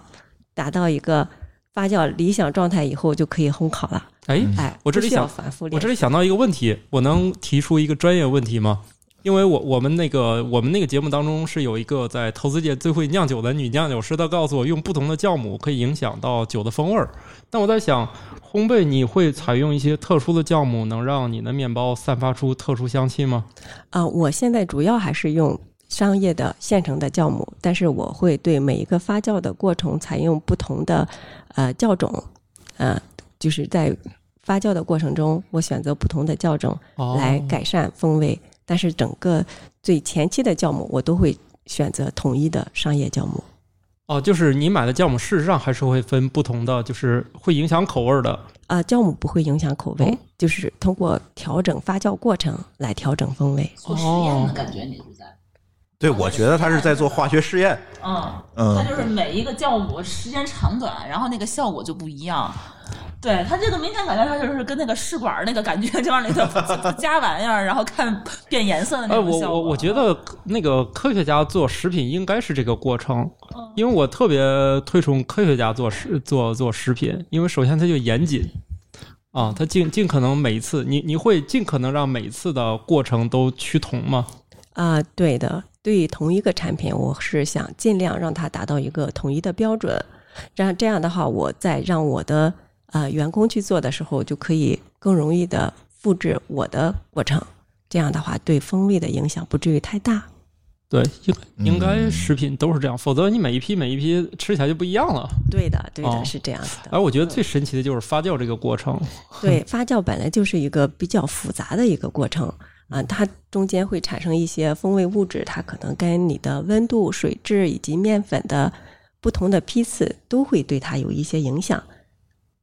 达到一个发酵理想状态以后，就可以烘烤了。哎，哎，我这里不需要想反复我练这习，里想到一个问题，我能提出一个专业问题吗？因为我我们那个我们那个节目当中是有一个在投资界最会酿酒的女酿酒师，她告诉我用不同的酵母可以影响到酒的风味儿。但我在想，烘焙你会采用一些特殊的酵母，能让你的面包散发出特殊香气吗？啊、我现在主要还是用商业的现成的酵母，但是我会对每一个发酵的过程采用不同的呃酵种，呃，就是在发酵的过程中，我选择不同的酵种哦来改善风味，但是整个最前期的酵母我都会选择统一的商业酵母。哦，就是你买的酵母事实上还是会分不同的，就是会影响口味儿的。啊，酵母不会影响口味，哦就是通过调整发酵过程来调整风味。做实验哦的感觉，你是在，对我觉得他是在做化学实验。嗯，它嗯，就是每一个酵母时间长短，然后那个效果就不一样。对它这个明显感觉，它就是跟那个试管儿那个感觉，就往里头 (laughs) 加玩意儿，然后看变颜色的那呃，种我效果。我我觉得那个科学家做食品应该是这个过程，嗯因为我特别推崇科学家做食做做食品，因为首先它就严谨啊，它尽尽可能每一次你你会尽可能让每一次的过程都趋同吗？啊，对的，对于同一个产品，我是想尽量让它达到一个统一的标准，让这样的话，我在让我的呃员工去做的时候，就可以更容易的复制我的过程。这样的话，对风味的影响不至于太大。对，应应该嗯食品都是这样，否则你每一批每一批吃起来就不一样了。对的，对哦的，是这样子而的。我觉得最神奇的就是发酵这个过程， (laughs) 对，发酵本来就是一个比较复杂的一个过程啊，它中间会产生一些风味物质，它可能跟你的温度、水质以及面粉的不同的批次都会对它有一些影响。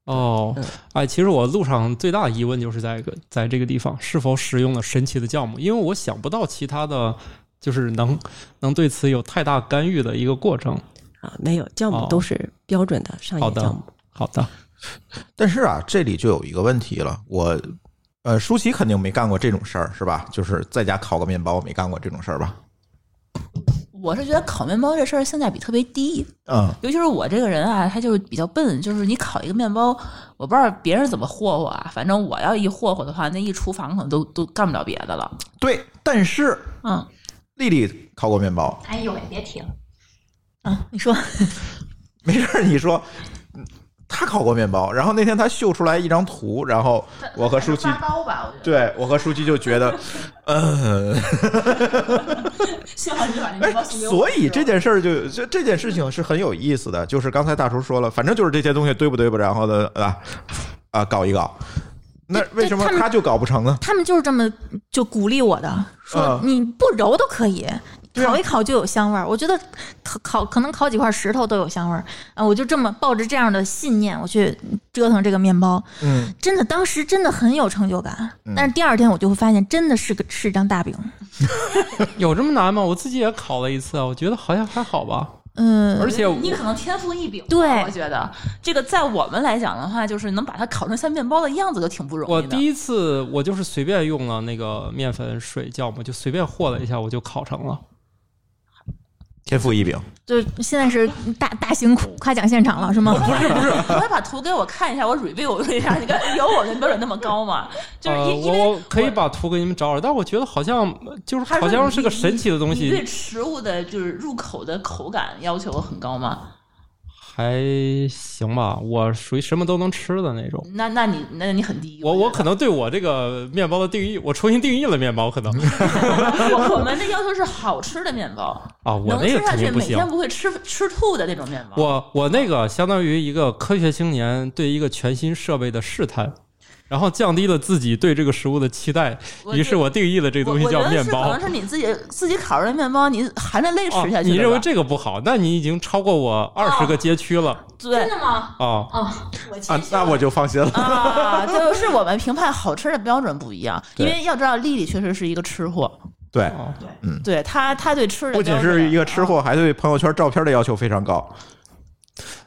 哦嗯，哎，其实我路上最大的疑问就是在一个在这个地方是否使用了神奇的酵母，因为我想不到其他的，就是能能对此有太大干预的一个过程。啊，没有酵哦母都是标准的商业好的酵母。好的，但是啊，这里就有一个问题了，我。呃，舒淇肯定没干过这种事儿，是吧？就是在家烤个面包，没干过这种事儿吧？我是觉得烤面包这事儿性价比特别低，嗯，尤其是我这个人啊，他就是比较笨，就是你烤一个面包，我不知道别人怎么霍霍啊，反正我要一霍霍的话，那一厨房可能都都干不了别的了。对。但是嗯，丽丽烤过面包，哎呦喂，别提了。啊，你说 (laughs) 没事儿，你说。嗯他烤过面包，然后那天他秀出来一张图，然后我和舒淇，发包吧，我觉得。对我和舒淇就觉得，哎嗯，幸好你把那哎面包送给我。所以这件事儿就这这件事情是很有意思的，就是刚才大厨说了，反正就是这些东西对不对不，然后呢啊啊搞一搞，那为什么对他们他就搞不成呢？他们就是这么就鼓励我的，嗯说你不揉都可以，对啊烤一烤就有香味儿。我觉得烤烤可能烤几块石头都有香味儿啊！我就这么抱着这样的信念，我去折腾这个面包，嗯，真的当时真的很有成就感嗯。但是第二天我就会发现，真的是个是一张大饼。有这么难吗？我自己也烤了一次，啊我觉得好像还好吧。嗯，而且我你可能天赋异禀吧，对我觉得这个在我们来讲的话，就是能把它烤成像面包的样子就挺不容我易的。第 (laughs) 一次我就是随便用了那个面粉、水、酵母，就随便和了一下，我就烤成了。天赋异禀，就现在是大大型夸奖现场了，是吗？ (laughs) 不是 (laughs) 不是，我会把图给我看一下，我 review 一下。你看，有我的标准那么高吗？就是呃，因我因为我可以把图给你们找找，但我觉得好像呃就是他说好像你是个神奇的东你对西，食物的就是入口的口感要求很高吗？还行吧。我属于什么都能吃的那种。那那你那你很低。我我我可能对我这个面包的定义，我重新定义了面包，可 (laughs) 能觉得我我们的要求是好吃的面包，啊，我能那个吃下肯去定不每行。天不会吃吃吐的那种面包。我我那个相当于一个科学青年对一个全新设备的试探，然后降低了自己对这个食物的期待，我于是我定义了这个东我西我觉叫得面是可包能。是你自己自己烤出来的面包，你含着泪哦吃下去的吧、你认为这个不好？那你已经超过我二十哦个街区了对的吗？啊！哦，我啊，那我就放心了。 (laughs) 啊，就是我们评判好吃的标准不一样，因对为要知道丽丽确实是一个吃货，对，哦对她她对吃的啊不仅标是准一个吃，货，还对朋友圈照片的要求非 (laughs) 常高。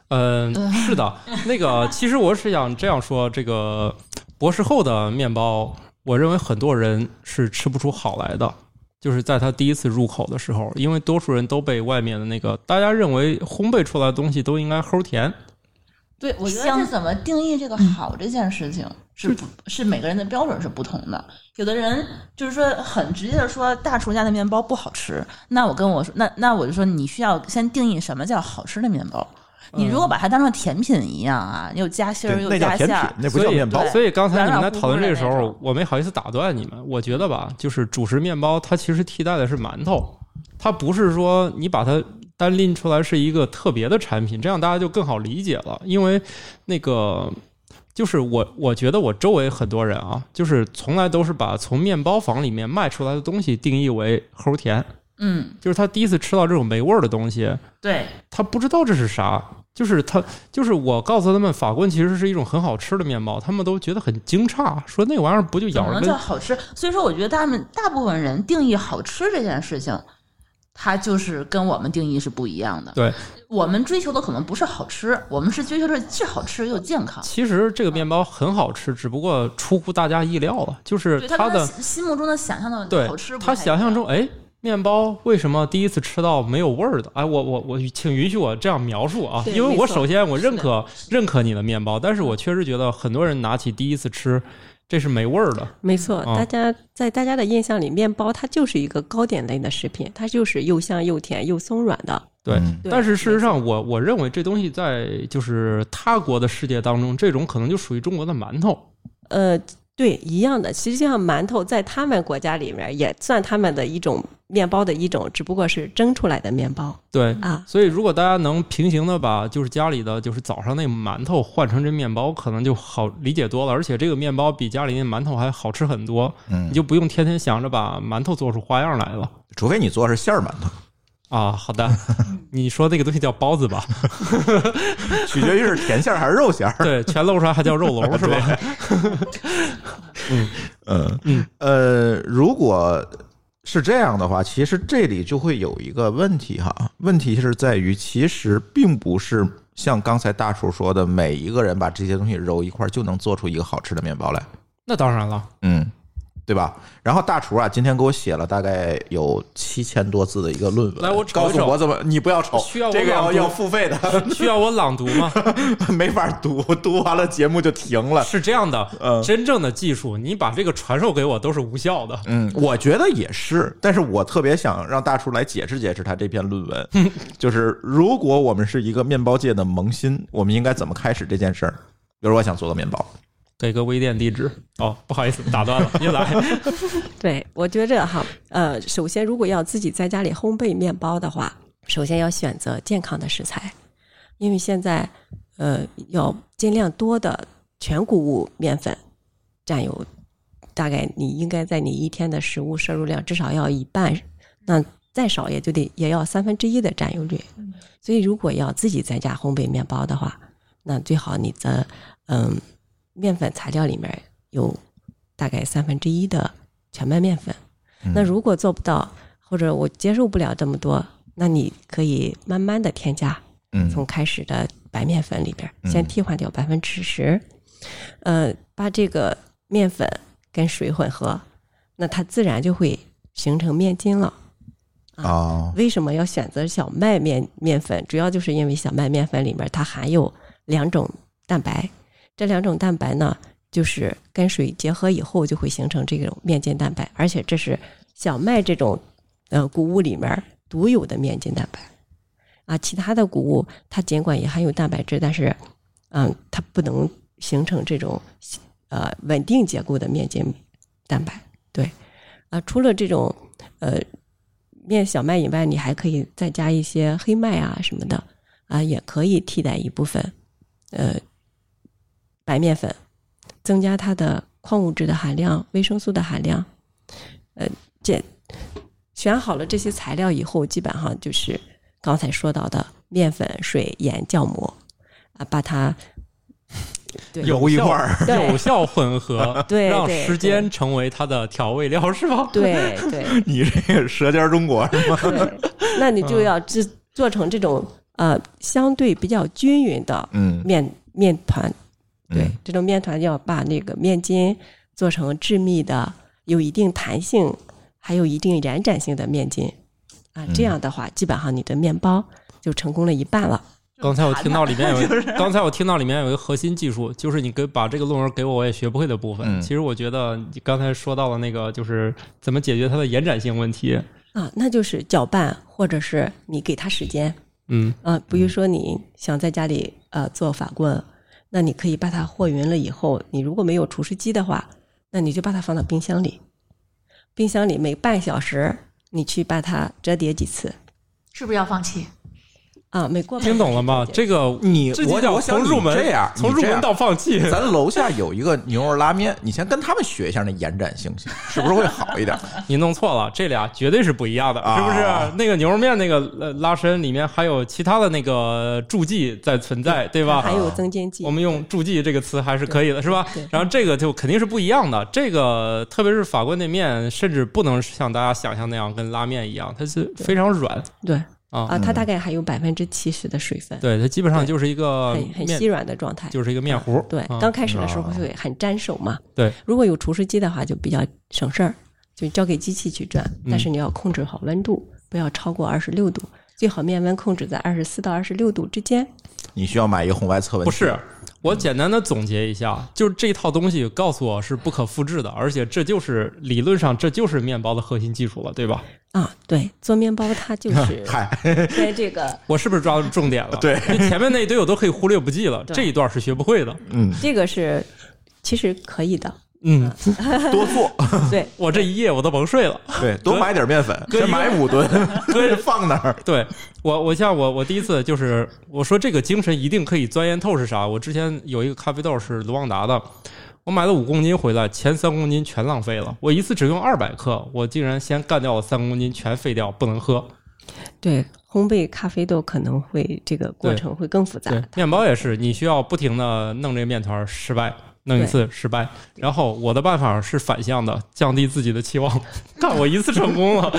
嗯，是的，那个其实我是想这样说，这个博士后的面包，我认为很多人是吃不出好来的。就是在他第一次入口的时候，因为多数人都被外面的那个大家认为烘焙出来的东西都应该齁甜，对我觉得香这怎么定义这个好这件事情是不是每个人的标准是不同的，有的人就是说很直接的说大厨家的面包不好吃，那我跟我说那那我就说你需要先定义什么叫好吃的面包。你如果把它当成甜品一样啊，又加芯儿嗯对，又那叫加甜馅品儿，，那哎不叫面包对。所以刚才你们在讨论这个时软软乎候乎的那种，我没好意思打断你们。我觉得吧，就是主食面包，它其实替代的是馒头，它不是说你把它单拎出来是一个特别的产品，这样大家就更好理解了。因为那个就是我，我觉得我周围很多人啊，就是从来都是把从面包房里面卖出来的东西定义为齁甜，嗯，就是他第一次吃到这种没味儿的东西，对，他不知道这是啥，就是他就是我告诉他们，法棍其实是一种很好吃的面包，他们都觉得很惊诧，说那玩意儿不就怎咬着么能叫跟好吃？所以说，我觉得他们大部分人定义好吃这件事情，它就是跟我们定义是不一样的。对？我们追求的可能不是好吃，我们是追求的是既好吃又健康。其实这个面包很好吃，只不过出乎大家意料了，就是对它他的心心目中的想象的对好吃不太他一想样，象中哎。面包为什么第一次吃到没有味儿的？哎，我我我，请允许我这样描述啊，对因为没我错首先我是的嗯认可认可你的面包，但是我确实觉得很多人拿起第一次吃，这是没味儿的。没错，嗯大家在大家的印象里，面包它就是一个糕点类的食品，它就是又香又甜又松软的。对，嗯对但是事实上我，我认为这东西在就是他国的世界当中，这种可能就属于中国的馒头。呃，对，一样的。实际上，馒头在他们国家里面也算他们的一种面包的一种，只不过是蒸出来的面包对，啊。所以如果大家能平行的把就是家里的就是早上那馒头换成这面包，可能就好理解多了。而且这个面包比家里那馒头还好吃很多，嗯你就不用天天想着把馒头做出花样来了。除非你做的是馅儿馒头，啊，好 (laughs) 的，你说那个东西叫包 (laughs) 子吧？取决于是甜馅儿还是肉馅儿。对，全露出来还 (laughs) 叫肉龙是吧？嗯，呃，如果是这样的话，其实这里就会有一个问题哈，问题是在于，其实并不是像刚才大厨说的，每一个人把这些东西揉一块儿就能做出一个好吃的面包来，那当然了，嗯，对吧？然后大厨啊，今天给我写了大概有七千多字的一个论文，来我瞅告一瞅诉我怎么，你不要瞅，需要我这个要朗读要付费的， (laughs) 需要我朗读吗？没法读，读完了节目就停了。是这样的，嗯真正的技术，你把这个传授给我都是无效 (laughs) 的。嗯，我觉得也是，但是我特别想让大厨来解释解释他这篇论 (laughs) 文，就是如果我们是一个面包界的萌新，我们应该怎么开始这件事儿？比如说我想做个面包，给个微店地址哦，不好意思，打 (laughs) 断了，您来。对，我觉着哈，呃，首先如果要自己在家里烘焙面包的话，首先要选择健康的食材，因为现在呃要尽量多的全谷物面粉占有，大概你应该在你一天的食物摄入量至少要一半，那再少也就得也要三分之一的占有率。所以如果要自己在家烘焙面包的话，那最好你的嗯面粉材料里面有大概三分之一的全麦面粉。嗯那如果做不到，或者我接受不了这么多，那你可以慢慢的添加，嗯从开始的白面粉里边嗯先替换掉百分之十，呃，把这个面粉跟水混合，那它自然就会形成面筋了。啊，为什么要选择小麦面面粉？主要就是因为小麦面粉里面它含有两种蛋白，这两种蛋白呢，就是跟水结合以后就会形成这种面筋蛋白，而且这是小麦这种呃谷物里面独有的面筋蛋白啊。其他的谷物它尽管也含有蛋白质，但是嗯，它不能形成这种呃稳定结构的面筋蛋白。对啊，除了这种呃面小麦以外，你还可以再加一些黑麦啊什么的啊，也可以替代一部分呃白面粉，增加它的矿物质的含量、维生素的含量。呃，这选好了这些材料以后，基本上就是刚才说到的面粉、水、盐、酵母啊，把它对有一块儿， (laughs) 对有效混 (laughs) 合，对让对时间成为它的调味料，是吧？对对。你这个舌尖中国是吗？对，那你就要制做成这种呃相对比较均匀的嗯，面面团。对嗯，这种面团要把那个面筋做成致密的、有一定弹性、还有一定延展性的面筋啊。嗯这样的话，基本上你的面包就成功了一半了。 (laughs) 刚才我听到里面有 (laughs) 一，刚才我听到里面有一个核心技术，就是你给把这个论文给我，我也学不会的部分。嗯其实我觉得你刚才说到了那个，就是怎么解决它的延展性问题。啊，那就是搅拌，或者是你给它时间，嗯，啊，比如说你想在家里呃做法棍，那你可以把它和匀了以后，你如果没有除湿机的话，那你就把它放到冰箱里，冰箱里每半小时你去把它折叠几次是不是要放弃？啊，每过半听懂小了时吗折？叠这个你这我叫我想从入你门这样，从你入这门样到放弃。 (laughs) 咱楼下有一个牛肉拉面，你先跟他们学一下那延展性，是不是会好一点？你弄错了，这俩绝对是不一样的，啊是不是？那个牛肉面那个呃拉伸里面还有其他的那个助剂在存在，对吧？啊它含有增煎剂我，们用“助剂”这个词还是可以的，是吧对？然后这个就肯定是不一样的。这个特别是法国那面，甚至不能像大家想象那样跟拉面一样，它是非常软对啊啊，。它大概含有百分之七十的水分，对，它基本上就是一个很嗯很嗯面稀，软的状态。就是一个面糊。对啊，刚开始的时候啊会很粘手嘛。对，如果有除湿机的话，就比较省事儿，就交给机器去转。嗯但是你要控制好温度，不要超过二十六度，最好面温控制在二十四到二十六度之间。你需要买一个红外测温不器，是，我简单的总结一下，就是这套东西告诉我是不可复制的，而且这就是理论上这就是面包的核心技术了，对吧？啊，对，做面包它就是 (laughs) 嗨，在这个我是不是抓住重点了？对，前面那一堆我都可以忽略不计了，对这一段是学不会的。嗯，这个是其实可以的，嗯，多做，对，我这一夜我都甭睡了。对，多买点面粉，哥先买五吨，哥 (laughs) 放那儿，对我，我像我，我第一次就是我说这个精神一定可以钻研透是啥？我之前有一个咖啡豆是卢旺达的，我买了五公斤回来，前三公斤全浪费了。我一次只用二百克，我竟然先干掉了三公斤，全废掉，不能喝。对，烘焙咖啡豆可能会这个过对程会更复杂对。，面包也是，你需要不停的弄这个面团儿失败。弄一次失败，然后我的办法是反向的，降低自己的期 (laughs) 望。看我一次成功了，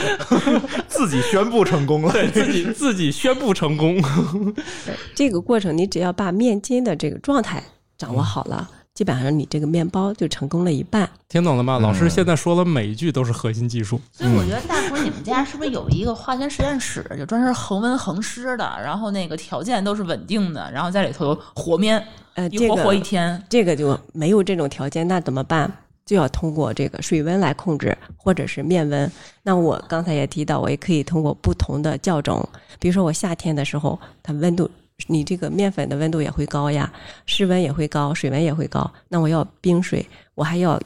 自己宣布成功了，对自己自己宣布成功。这个过程，你只要把面筋的这个状态掌嗯握好了，基本上你这个面包就成功了一半。听懂了吗？老师现在说了每一句都是核心技术。所以我觉得大伙儿你们家是不是有一个化学实验室，就专是恒温恒湿的，然后那个条件都是稳定的，然后在里头和面，呃，这一个和和一天。这个就没有这种条件，那怎么办？就要通过这个水温来控制，或者是面温。那我刚才也提到，我也可以通过不同的酵种，比如说我夏天的时候，它温度，你这个面粉的温度也会高呀，室温也会高，水温也会高。那我要冰水，我还要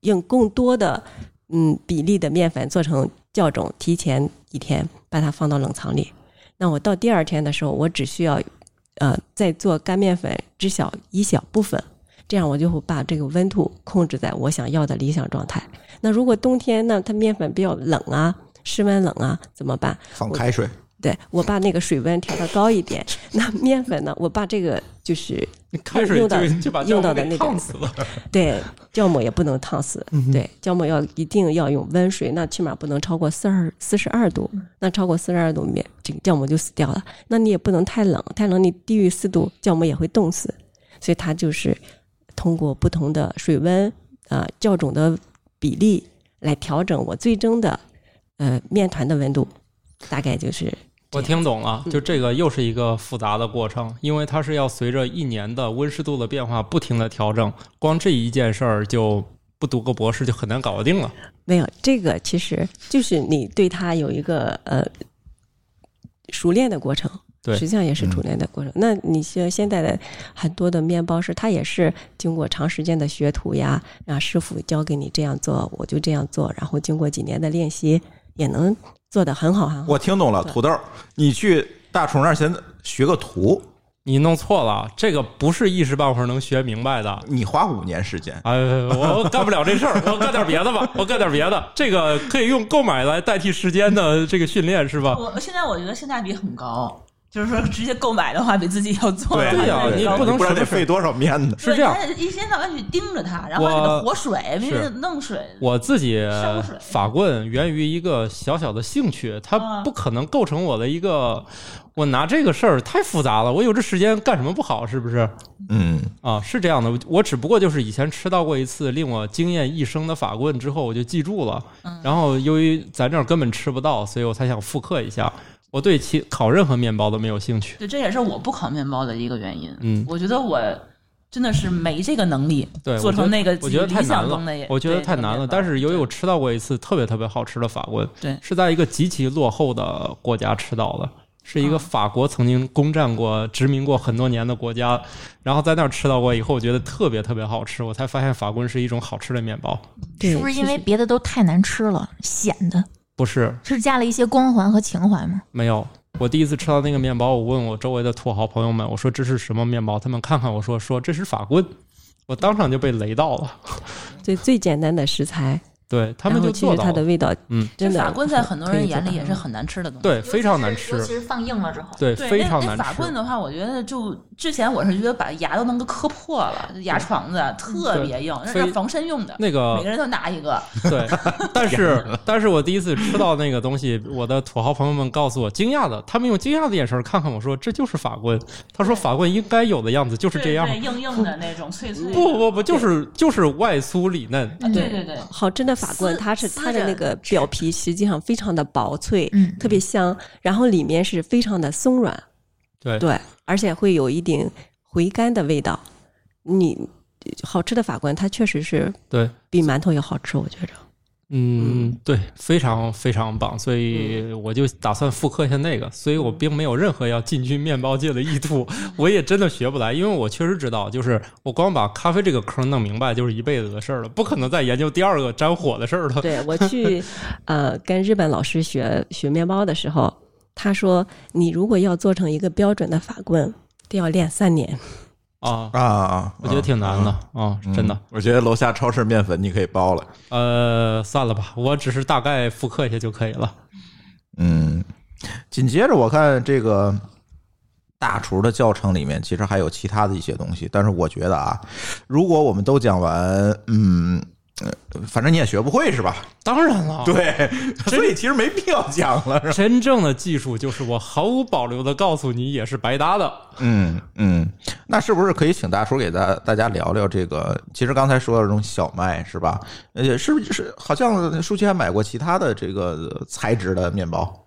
用更多的嗯比例的面粉做成酵种，提前一天把它放到冷藏里。那我到第二天的时候，我只需要呃再做干面粉只小一小部分，这样我就会把这个温度控制在我想要的理想状态。那如果冬天呢，它面粉比较冷啊，室温冷啊，怎么办？放开水，对我把那个水温调到高一点，那面粉呢？我把这个就是开水用到就就把用到的给那个烫死了。对酵母也不能烫死，对酵母要一定要用温水，那起码不能超过四十四十二度，那超过四十二度面这个酵母就死掉了。那你也不能太冷，太冷你低于四度酵母也会冻死，所以它就是通过不同的水温啊、呃、酵种的比例来调整我最终的呃面团的温度，大概就是 (laughs) 我听懂了，嗯就这个又是一个复杂的过程，因为它是要随着一年的温湿度的变化不停的调整，光这一件事儿就不读个博士就很难搞定了。没有，这个其实就是你对它有一个呃熟练的过程，对嗯实际上也是熟练的过程。那你像现在的很多的面包师，他也是经过长时间的学徒呀，让师傅教给你这样做，我就这样做，然后经过几年的练习，也能做得很好很好。我听懂了，土豆，你去大虫那儿先学个图，你弄错了，这个不是一时半会儿能学明白的。你花五年时间。哎，我我干不了这事儿，我干点别的吧，我干点别的。这个可以用购买来代替时间的这个训练是吧？我现在我觉得性价比很高，就是说直接购买的话，比自己要做哦对呀、呀你不能不知道什么得费多少面子。是这样，对，你还得一天到晚去盯着它，然后我还得活水，必须是得弄水。我自己烧水法棍源于一个小小的兴趣，它啊不可能构成我的一个。我拿这个事儿太复杂了，我有这时间干什么不好？是不是嗯，啊？是这样的，我只不过就是以前吃到过一次令我惊艳一生的法棍之后，我就记住了。嗯然后由于咱这儿根本吃不到，所以我才想复刻一下。我对其烤任何面包都没有兴趣。对，这也是我不烤面包的一个原因。嗯我觉得我真的是没这个能力对，做成那个我觉得自己太理难想中的了也，，我觉得对太难了。但是由于我，吃到过一次特别特别好吃的法棍，对是在一个极其落后的国家吃到的，是嗯一个法国曾经攻占过、殖民过很多年的国家，然后在那儿吃到过以后，我觉得特别特别好吃，我才发现法棍是一种好吃的面包，对是不是因为其实别的都太难吃了，显得不是是加了一些光环和情怀吗？没有。我第一次吃到那个面包，我问我周围的土豪朋友们，我说这是什么面包？他们看看我说说这是法棍，我当场就被雷到了。最最简单的食材，对他然们后就其做实到它的了，味道嗯，对真的法棍在很多可人以做眼里到也是很难吃的东西。对，非常难吃，是放硬了之后。对，对，非那常那难法吃。棍的话，我觉得就之前我是觉得把牙都能够磕破了，牙床子啊特别硬，那非是防身用的。那个每 (laughs) 个人都拿一个，对，但是但是我第一次吃到那个东西，我的土豪朋友们告诉我，惊讶的，他们用惊讶的眼神看看我说，这就是法棍。他说法棍应该有的样子就是对这样。对，硬硬的那种，脆脆的。不不不，就是就是外酥里嫩。啊对对对，好真的法棍，撕它是撕它的着那个表皮实际上非常的薄脆，嗯特别香，然后里面是非常的松软，对对，而且会有一点回甘的味道。你好吃的法棍，它确实是对，比馒头要好吃，我觉着。嗯，对，非常非常棒，所以我就打算复刻一下那个，所以我并没有任何要进军面包界的意图， (laughs) 我也真的学不来，因为我确实知道，就是我光把咖啡这个坑弄明白就是一辈子的事儿了，不可能再研究第二个沾火的事儿了。对我去呃跟日本老师学学面包的时候，他说你如果要做成一个标准的法棍，得要练三年。啊，啊，我觉得挺难的啊，嗯真的。我觉得楼下超市面粉你可以包了。呃，算了吧，我只是大概复刻一下就可以了。嗯，紧接着我看这个大厨的教程里面，其实还有其他的一些东西，但是我觉得啊，如果我们都讲完，嗯。呃反正你也学不会是吧？当然了，， (laughs) 对，所以哦其实没必要讲了，是吧？真正的技术就是我毫无保留的告诉你，也是白搭的。嗯嗯，那是不是可以请大叔给大大家聊聊这个？其实刚才说的这种小麦是吧？呃，是不是是好像舒淇还买过其他的这个材质的面包，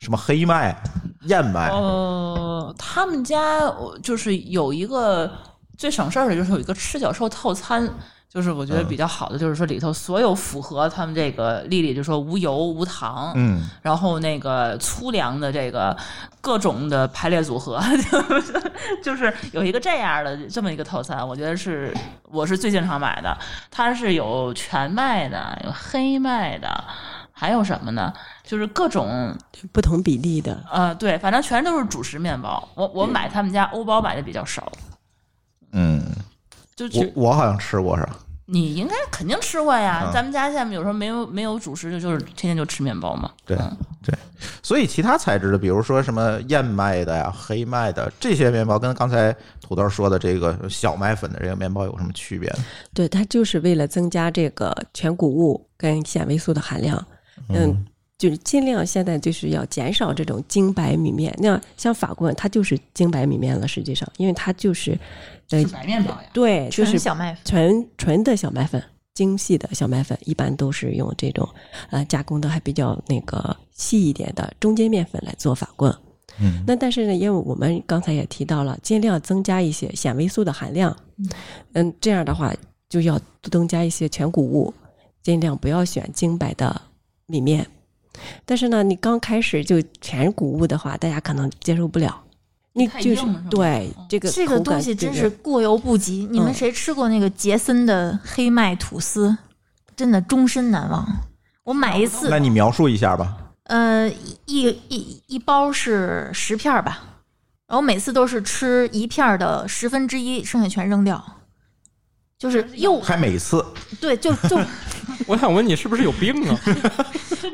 什么黑麦、燕麦？呃，他们家我就是有一个最省事儿的，就是有一个赤脚兽套餐，就是我觉得比较好的，就是说里头所有符合他们这个丽丽就说无油无糖，嗯，然后那个粗粮的这个各种的排列组合， (laughs) 就是就是有一个这样的这么一个套餐，我觉得是我是最经常买的。它是有全麦的，有黑麦的，还有什么呢？就是各种不同比例的，呃，对，反正全都是主食面包。我我买他们家欧包买的比较少，嗯，就就我我好像吃过是吧？你应该肯定吃过呀，啊咱们家现在有时候没有没有主食，就就是天天就吃面包嘛。对嗯对，所以其他材质的，比如说什么燕麦的呀、黑麦的这些面包，跟刚才土豆说的这个小麦粉的这个面包有什么区别呢？对，它就是为了增加这个全谷物跟纤维素的含量。嗯，就是尽量现在就是要减少这种精白米面。那像法国人，它就是精白米面了，实际上，因为它就是哎吃白面包呀，对，就纯是小麦粉。纯纯的小麦粉，精细的小麦粉一般都是用这种呃加工的还比较那个细一点的中间面粉来做法棍。嗯，那但是呢，因为我们刚才也提到了，尽量增加一些纤维素的含量，嗯，这样的话就要增加一些全谷物，尽量不要选精白的米面。但是呢，你刚开始就全谷物的话，大家可能接受不了，你太就是硬是吧对嗯这个这个口感嗯东西就真是过犹不及。你们谁吃过那个杰森的黑麦吐司？真的终身难忘。我买啊一次那，你描述一下吧。呃，一一一包是十片儿吧，然后每次都是吃一片儿的十分之一，剩下全扔掉。就是又还每次对，就 (laughs) 就我想问你是不是有病啊？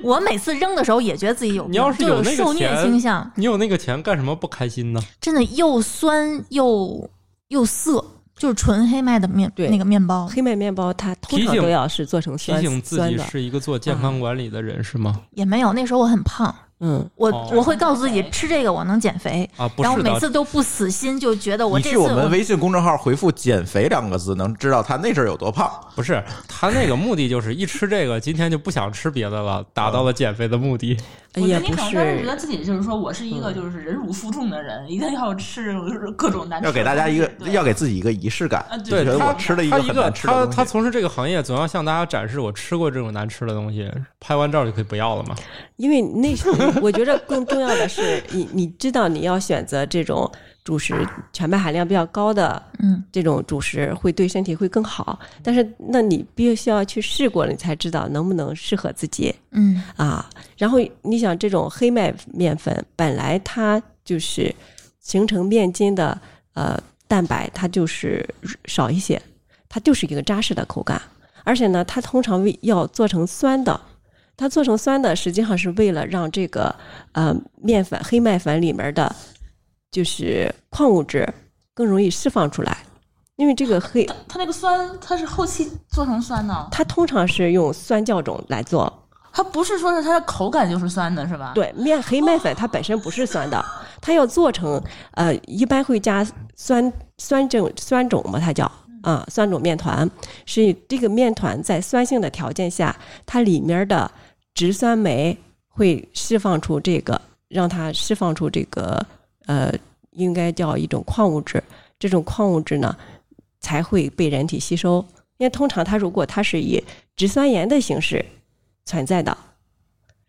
我每次扔的时候也觉得自己有病，你要是就有那个受虐钱倾向，你有那个钱干什么不开心呢？真的又酸又又涩，就是纯黑麦的面对那个面包，黑麦面包它通提常醒都要是做成提酸醒自酸己的，是一个做健康管理的人是吗？也没有。那时候我很胖，嗯，我、哦我会告诉自己吃这个我能减肥，啊，不然后是每的，次都不死心，就觉得我你这去次我们微信公众号回复“减肥”两个字，能知道他那阵儿有多胖。不是他那个目的就是一吃这个，今天就不想吃别的了，达到了减肥的目的。我觉也得你哎不可能当时觉得是，嗯自己就是说我是一个就是忍辱负重的人，一定要吃各种难吃的东西。要给大家一个，对要给自己一个仪式感啊，对就觉得他我吃了一他个一很个难吃的他他东西。从事这个行业，总要向大家展示我吃过这种难吃的东西，拍完照就可以不要了嘛。因为那时候我觉得更重要的是，你你知道你要选择这种主食全麦含量比较高的嗯，这种主食会对身体会更好，但是那你必须要去试过了，你才知道能不能适合自己嗯啊。然后你想，这种黑麦面粉本来它就是形成面筋的呃蛋白，它就是少一些，它就是一个扎实的口感，而且呢，它通常为要做成酸的。它做成酸的，实际上是为了让这个呃面粉黑麦粉里面的，就是矿物质更容易释放出来，因为这个黑它它那个酸，它是后期做成酸的，它通常是用酸酵种来做。它不是说是它的口感就是酸的，是吧？，对，面黑麦粉它本身不是酸的，它要做成呃，一般会加酸酸种酸种嘛，它叫啊酸种面团，是这个面团在酸性的条件下，它里面的植酸酶会释放出这个，让它释放出这个呃，应该叫一种矿物质，这种矿物质呢才会被人体吸收。因为通常它如果它是以植酸盐的形式存在的，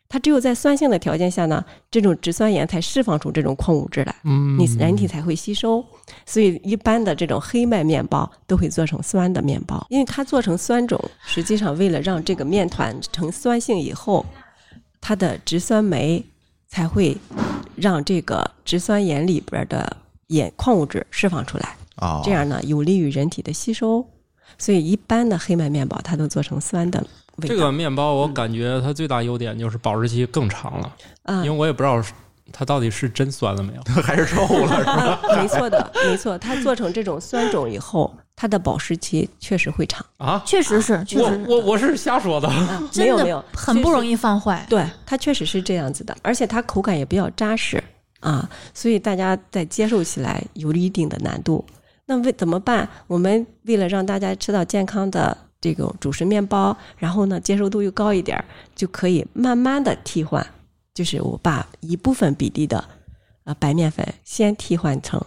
它只有在酸性的条件下呢，这种植酸盐才释放出这种矿物质来，嗯你人体才会吸收。所以一般的这种黑麦面包都会做成酸的面包，因为它做成酸种，实际上为了让这个面团呈酸性以后，它的植酸酶才会让这个植酸盐里边的盐矿物质释放出来。哦这样呢有利于人体的吸收。所以一般的黑麦面包它都做成酸的味道。这个面包我感觉它最大优点就是保质期更长了，啊因为我也不知道是它到底是真酸了没有。 (laughs) 还是臭了 (laughs) 是吧？啊，没错的，没错。它做成这种酸种以后，它的保湿期确实会长。啊，确实是，确我实我我是瞎说的。啊、没真有没有的，很不容易。易放坏。对，它确实是这样子的，而且它口感也比较扎实啊，所以大家在接受起来有一定的难度。那为怎么办？我们为了让大家吃到健康的这种主食面包，然后呢接受度又高一点儿，就可以慢慢的替换，就是我把一部分比例的呃白面粉先替换成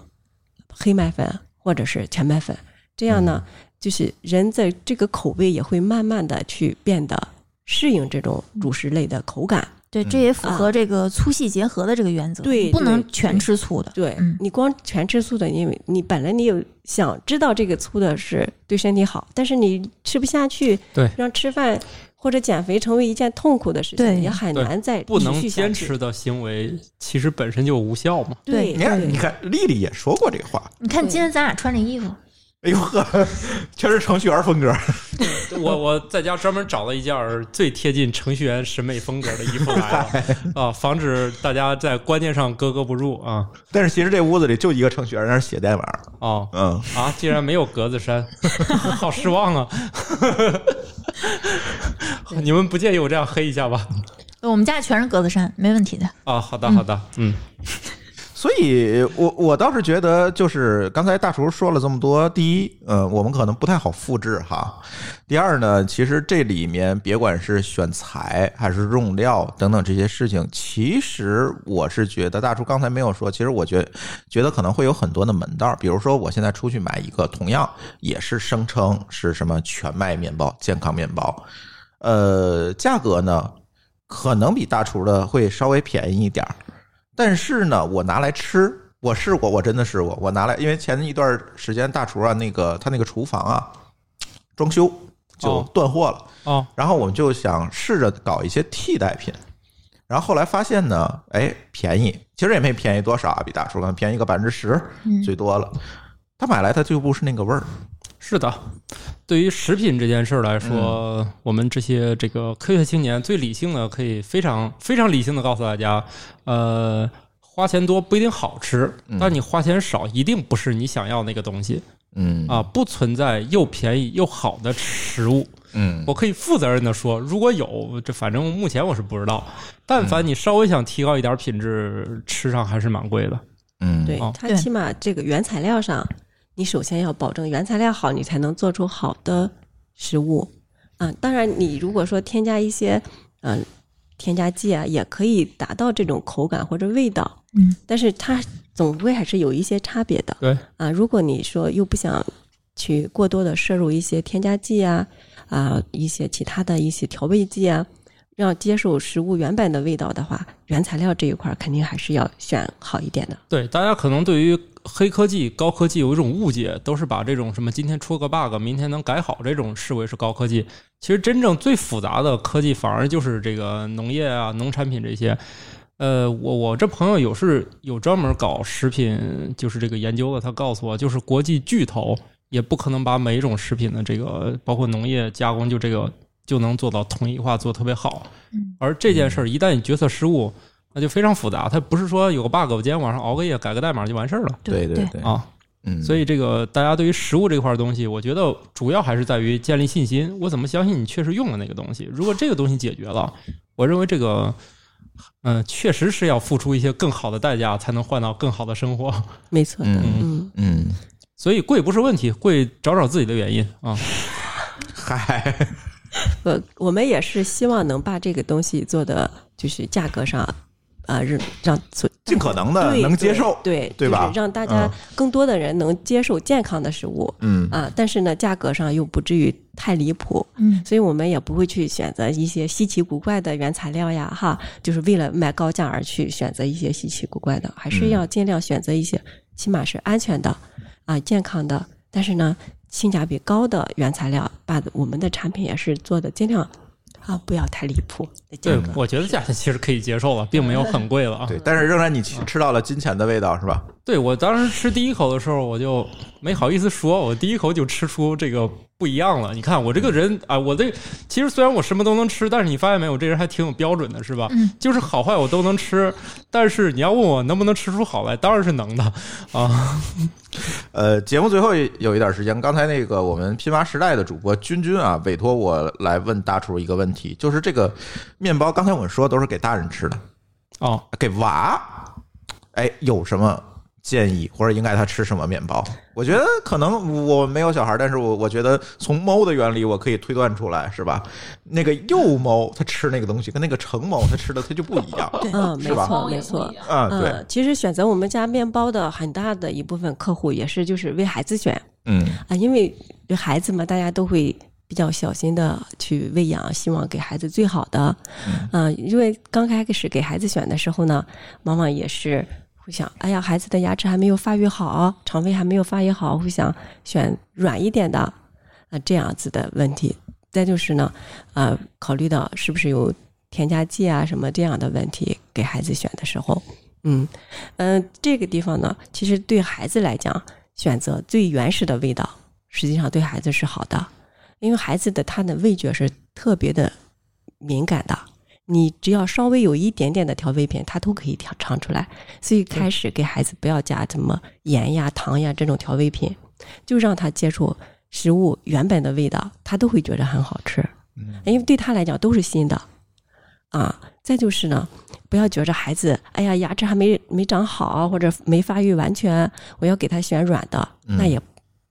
黑麦粉或者是全麦粉，这样呢，就是人在这个口味也会慢慢的去变得适应这种主食类的口感。对，嗯这也符合这个粗细结合的这个原则，啊对不能对全吃粗的。对、嗯你光全吃素的，因为你本来你有想知道这个粗的是对身体好，但是你吃不下去，对让吃饭或者减肥成为一件痛苦的事情，对也很难再不能持续下坚去。持的行为，其实本身就无效嘛。对，你看，对你看，丽丽也说过这话，你看对今天咱俩穿这衣服，哎呦呵，全是程序员风格。 (laughs) 我我在家专门找了一件儿最贴近程序员审美风格的衣服来了啊，防止大家在观念上格格不入啊但是其实这屋子里就一个程序员在那儿写代码。哦嗯，啊！竟然没有格子衫， (laughs) 好失望啊！ (laughs) 你们不介意我这样黑一下吧？我们家全是格子衫，没问题的。啊，好的好的，嗯所以我我倒是觉得，就是刚才大厨说了这么多，第一，呃，我们可能不太好复制哈；第二呢，其实这里面别管是选材还是用料等等这些事情，其实我是觉得大厨刚才没有说，其实我觉觉得可能会有很多的门道，比如说我现在出去买一个，同样也是声称是什么全麦面包、健康面包，呃，价格呢可能比大厨的会稍微便宜一点儿。但是呢，我拿来吃，我试过，我真的试过，我拿来，因为前一段时间大厨啊，那个他那个厨房啊，装修就哦断货了，哦然后我们就想试着搞一些替代品，然后后来发现呢，哎，便宜，其实也没便宜多少啊，比大厨可能便宜个百分之十嗯最多了。他买来他就不是那个味儿，是的，对于食品这件事儿来说，嗯我们这些这个科学青年最理性的，可以非常非常理性的告诉大家，呃，花钱多不一定好吃，但你花钱少一定不是你想要那个东西嗯啊！不存在又便宜又好的食物。嗯我可以负责任的说，如果有，这反正目前我是不知道。但嗯凡你稍微想提高一点品质，吃上还是蛮贵的。嗯，对哦，它对起码这个原材料上，你首先要保证原材料好，你才能做出好的食物。啊，当然，你如果说添加一些嗯、呃添加剂啊，也可以达到这种口感或者味道。嗯，但是它总归还是有一些差别的。对啊，如果你说又不想去过多的摄入一些添加剂啊啊一些其他的一些调味剂啊。让接受食物原本的味道的话，原材料这一块儿肯定还是要选好一点的。对，大家可能对于黑科技、高科技有一种误解，都是把这种什么今天出个 bug，明天能改好这种视为是高科技。其实真正最复杂的科技，反而就是这个农业啊、农产品这些。呃，我我这朋友有是有专门搞食品，就是这个研究的，他告诉我，就是国际巨头也不可能把每一种食品的这个，包括农业加工，就这个就能做到统一化，做得特别好嗯。而这件事儿一旦你决策失误，那就非常复杂。它不是说有个 bug，我今天晚上熬个夜改个代码就完事儿了对对，对，啊。嗯，所以以这个大家对于食物这块东西，我觉得主要还是在于建立信心。我怎么相信你确实用了那个东西？如果这个东西解决了，我认为这个。嗯，确实是要付出一些更好的代价，才能换到更好的生活。没错的，嗯嗯，嗯，所以贵不是问题，贵找找自己的原因啊。嗨，我我们也是希望能把这个东西做的，就是价格上，啊、让让所尽可能的对呃能接受，对对吧就是让大家嗯更多的人能接受健康的食物嗯啊，但是呢，价格上又不至于太离谱，嗯，所以我们也不会去选择一些稀奇古怪的原材料呀，哈，就是为了卖高价而去选择一些稀奇古怪的，还是要尽量选择一些起码是安全的啊、健康的，但是呢，性价比高的原材料，把我们的产品也是做的尽量啊，不要太离谱的价对格。，我觉得价钱其实可以接受了，并没有很贵了啊。对，但是仍然你吃吃到了金钱的味道，是吧？对我当时吃第一口的时候，我就没好意思说，我第一口就吃出这个不一样了。你看我这个嗯人啊，我这其实虽然我什么都能吃，但是你发现没有，我这人还挺有标准的，是吧？嗯就是好坏我都能吃，但是你要问我能不能吃出好来，当然是能的啊。呃，节目最后有一点时间，刚才那个我们拼娃时代的主播君君啊，委托我来问大厨一个问题，就是这个面包，刚才我们说都是给大人吃的，哦，给娃，哎，有什么建议或者应该他吃什么面包？我觉得可能我没有小孩，但是我我觉得从猫的原理我可以推断出来，是吧？那个幼猫它吃那个东西跟那个成猫它吃的它就不一样，嗯，没是吧错，没错。啊，对，嗯，其实选择我们家面包的很大的一部分客户也是就是为孩子选嗯啊，因为对孩子嘛，大家都会比较小心的去喂养，希望给孩子最好的。嗯、因为刚开始给孩子选的时候呢，往往也是会想，哎呀，孩子的牙齿还没有发育好，肠胃还没有发育好，会想选软一点的啊、这样子的问题。再就是呢，啊，考虑到是不是有添加剂啊什么这样的问题，给孩子选的时候，嗯嗯、呃这个地方呢，其实对孩子来讲，选择最原始的味道实际上对孩子是好的，因为孩子的他的味觉是特别的敏感的，你只要稍微有一点点的调味品，他都可以尝尝出来。所以开始给孩子不要加什么盐呀、糖呀这种调味品，就让他接触食物原本的味道，他都会觉得很好吃，因为对他来讲都是新的啊。再就是呢，不要觉着孩子，哎呀，牙齿还没没长好，或者没发育完全，我要给他选软的，嗯那也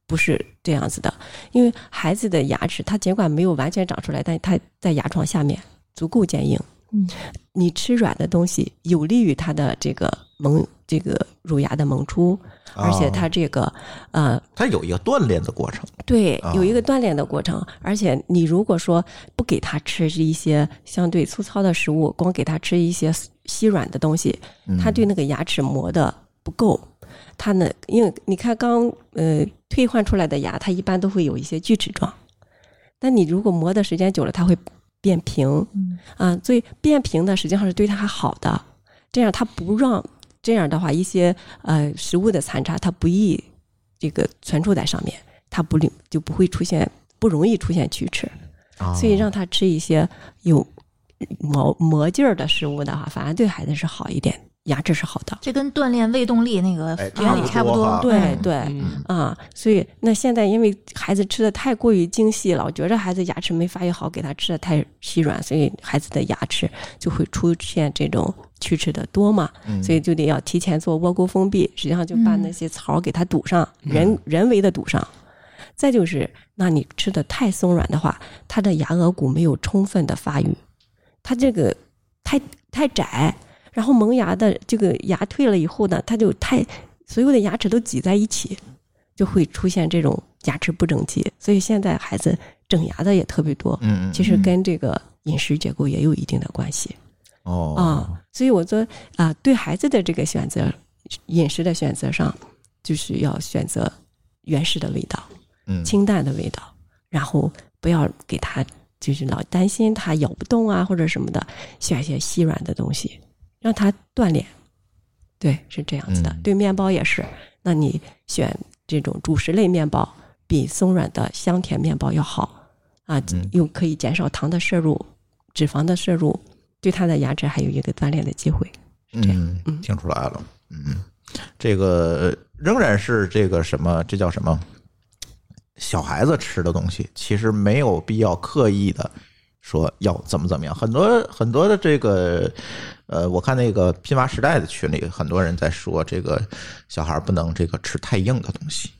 不是这样子的，因为孩子的牙齿，它尽管没有完全长出来，但它在牙床下面足够坚硬。嗯，你吃软的东西，有利于它的这个萌，这个乳牙的萌出，而啊且它这个、呃它有一个锻炼的过程，对啊，有一个锻炼的过程，而且你如果说不给他吃一些相对粗糙的食物，光给他吃一些稀软的东西，他嗯对那个牙齿磨的不够。他呢，因为你看刚呃退换出来的牙，它一般都会有一些锯齿状，但你如果磨的时间久了，它会变平嗯，啊，所以变平的实际上是对它还好的，这样它不让这样的话一些呃食物的残渣它不易这个存储在上面。它不利就不会出现不容易出现龋齿，啊所以让他吃一些有磨磨劲儿的食物的话，反而对孩子是好一点，牙齿是好的。这跟锻炼胃动力那个哎原理差差不不多哈对对嗯啊、所以那现在因为孩子吃的太过于精细了，我觉着孩子牙齿没发育好，给他吃的太稀软，所以孩子的牙齿就会出现这种龋齿的多嘛。嗯所以就得要提前做窝沟封闭，实际上就把那些槽儿给它堵上，人人为的堵上。再就是，那你吃的太松软的话，它的牙颌骨没有充分的发育，它这个太太窄，然后萌芽的这个牙退了以后呢，它就太所有的牙齿都挤在一起，就会出现这种牙齿不整齐。所以现在孩子整牙的也特别多，嗯嗯其实跟这个饮食结构也有一定的关系。哦啊、所以我说啊、对孩子的这个选择，饮食的选择上，就是要选择原始的味道、嗯清淡的味道，然后不要给他就是老担心他咬不动啊或者什么的，选一些稀软的东西，让他锻炼。对，是这样子的。嗯对面包也是，那你选这种主食类面包，比松软的香甜面包要好啊嗯，又可以减少糖的摄入、脂肪的摄入，对他的牙齿还有一个锻炼的机会。嗯嗯听出来了，嗯，这个呃仍然是这个什么，这叫什么？小孩子吃的东西，其实没有必要刻意的说要怎么怎么样。很多很多的这个，呃，我看那个拼娃时代的群里，很多人在说这个小孩不能这个吃太硬的东西，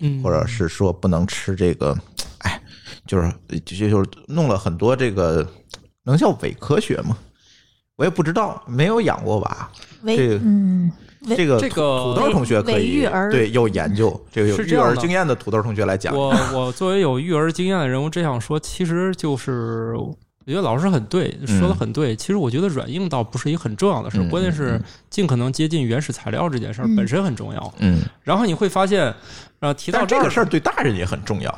嗯，或者是说不能吃这个，哎，就是就就是弄了很多这个，能叫伪科学吗？我也不知道，没有养过娃，这为个嗯，这个这土个土豆同学可伪以育儿对有研究，这个有是育这样儿的经验的土豆同学来讲，我我作为有育儿经验的人，我只想说，其实就是我觉得老师很对，说的很对。其实我觉得软硬倒不是一个很重要的事儿，嗯关键嗯是嗯尽可能接近原始材料这件事儿、嗯本身很重要。嗯，然后你会发现，呃，提但到是这儿个事儿对大人也很重要，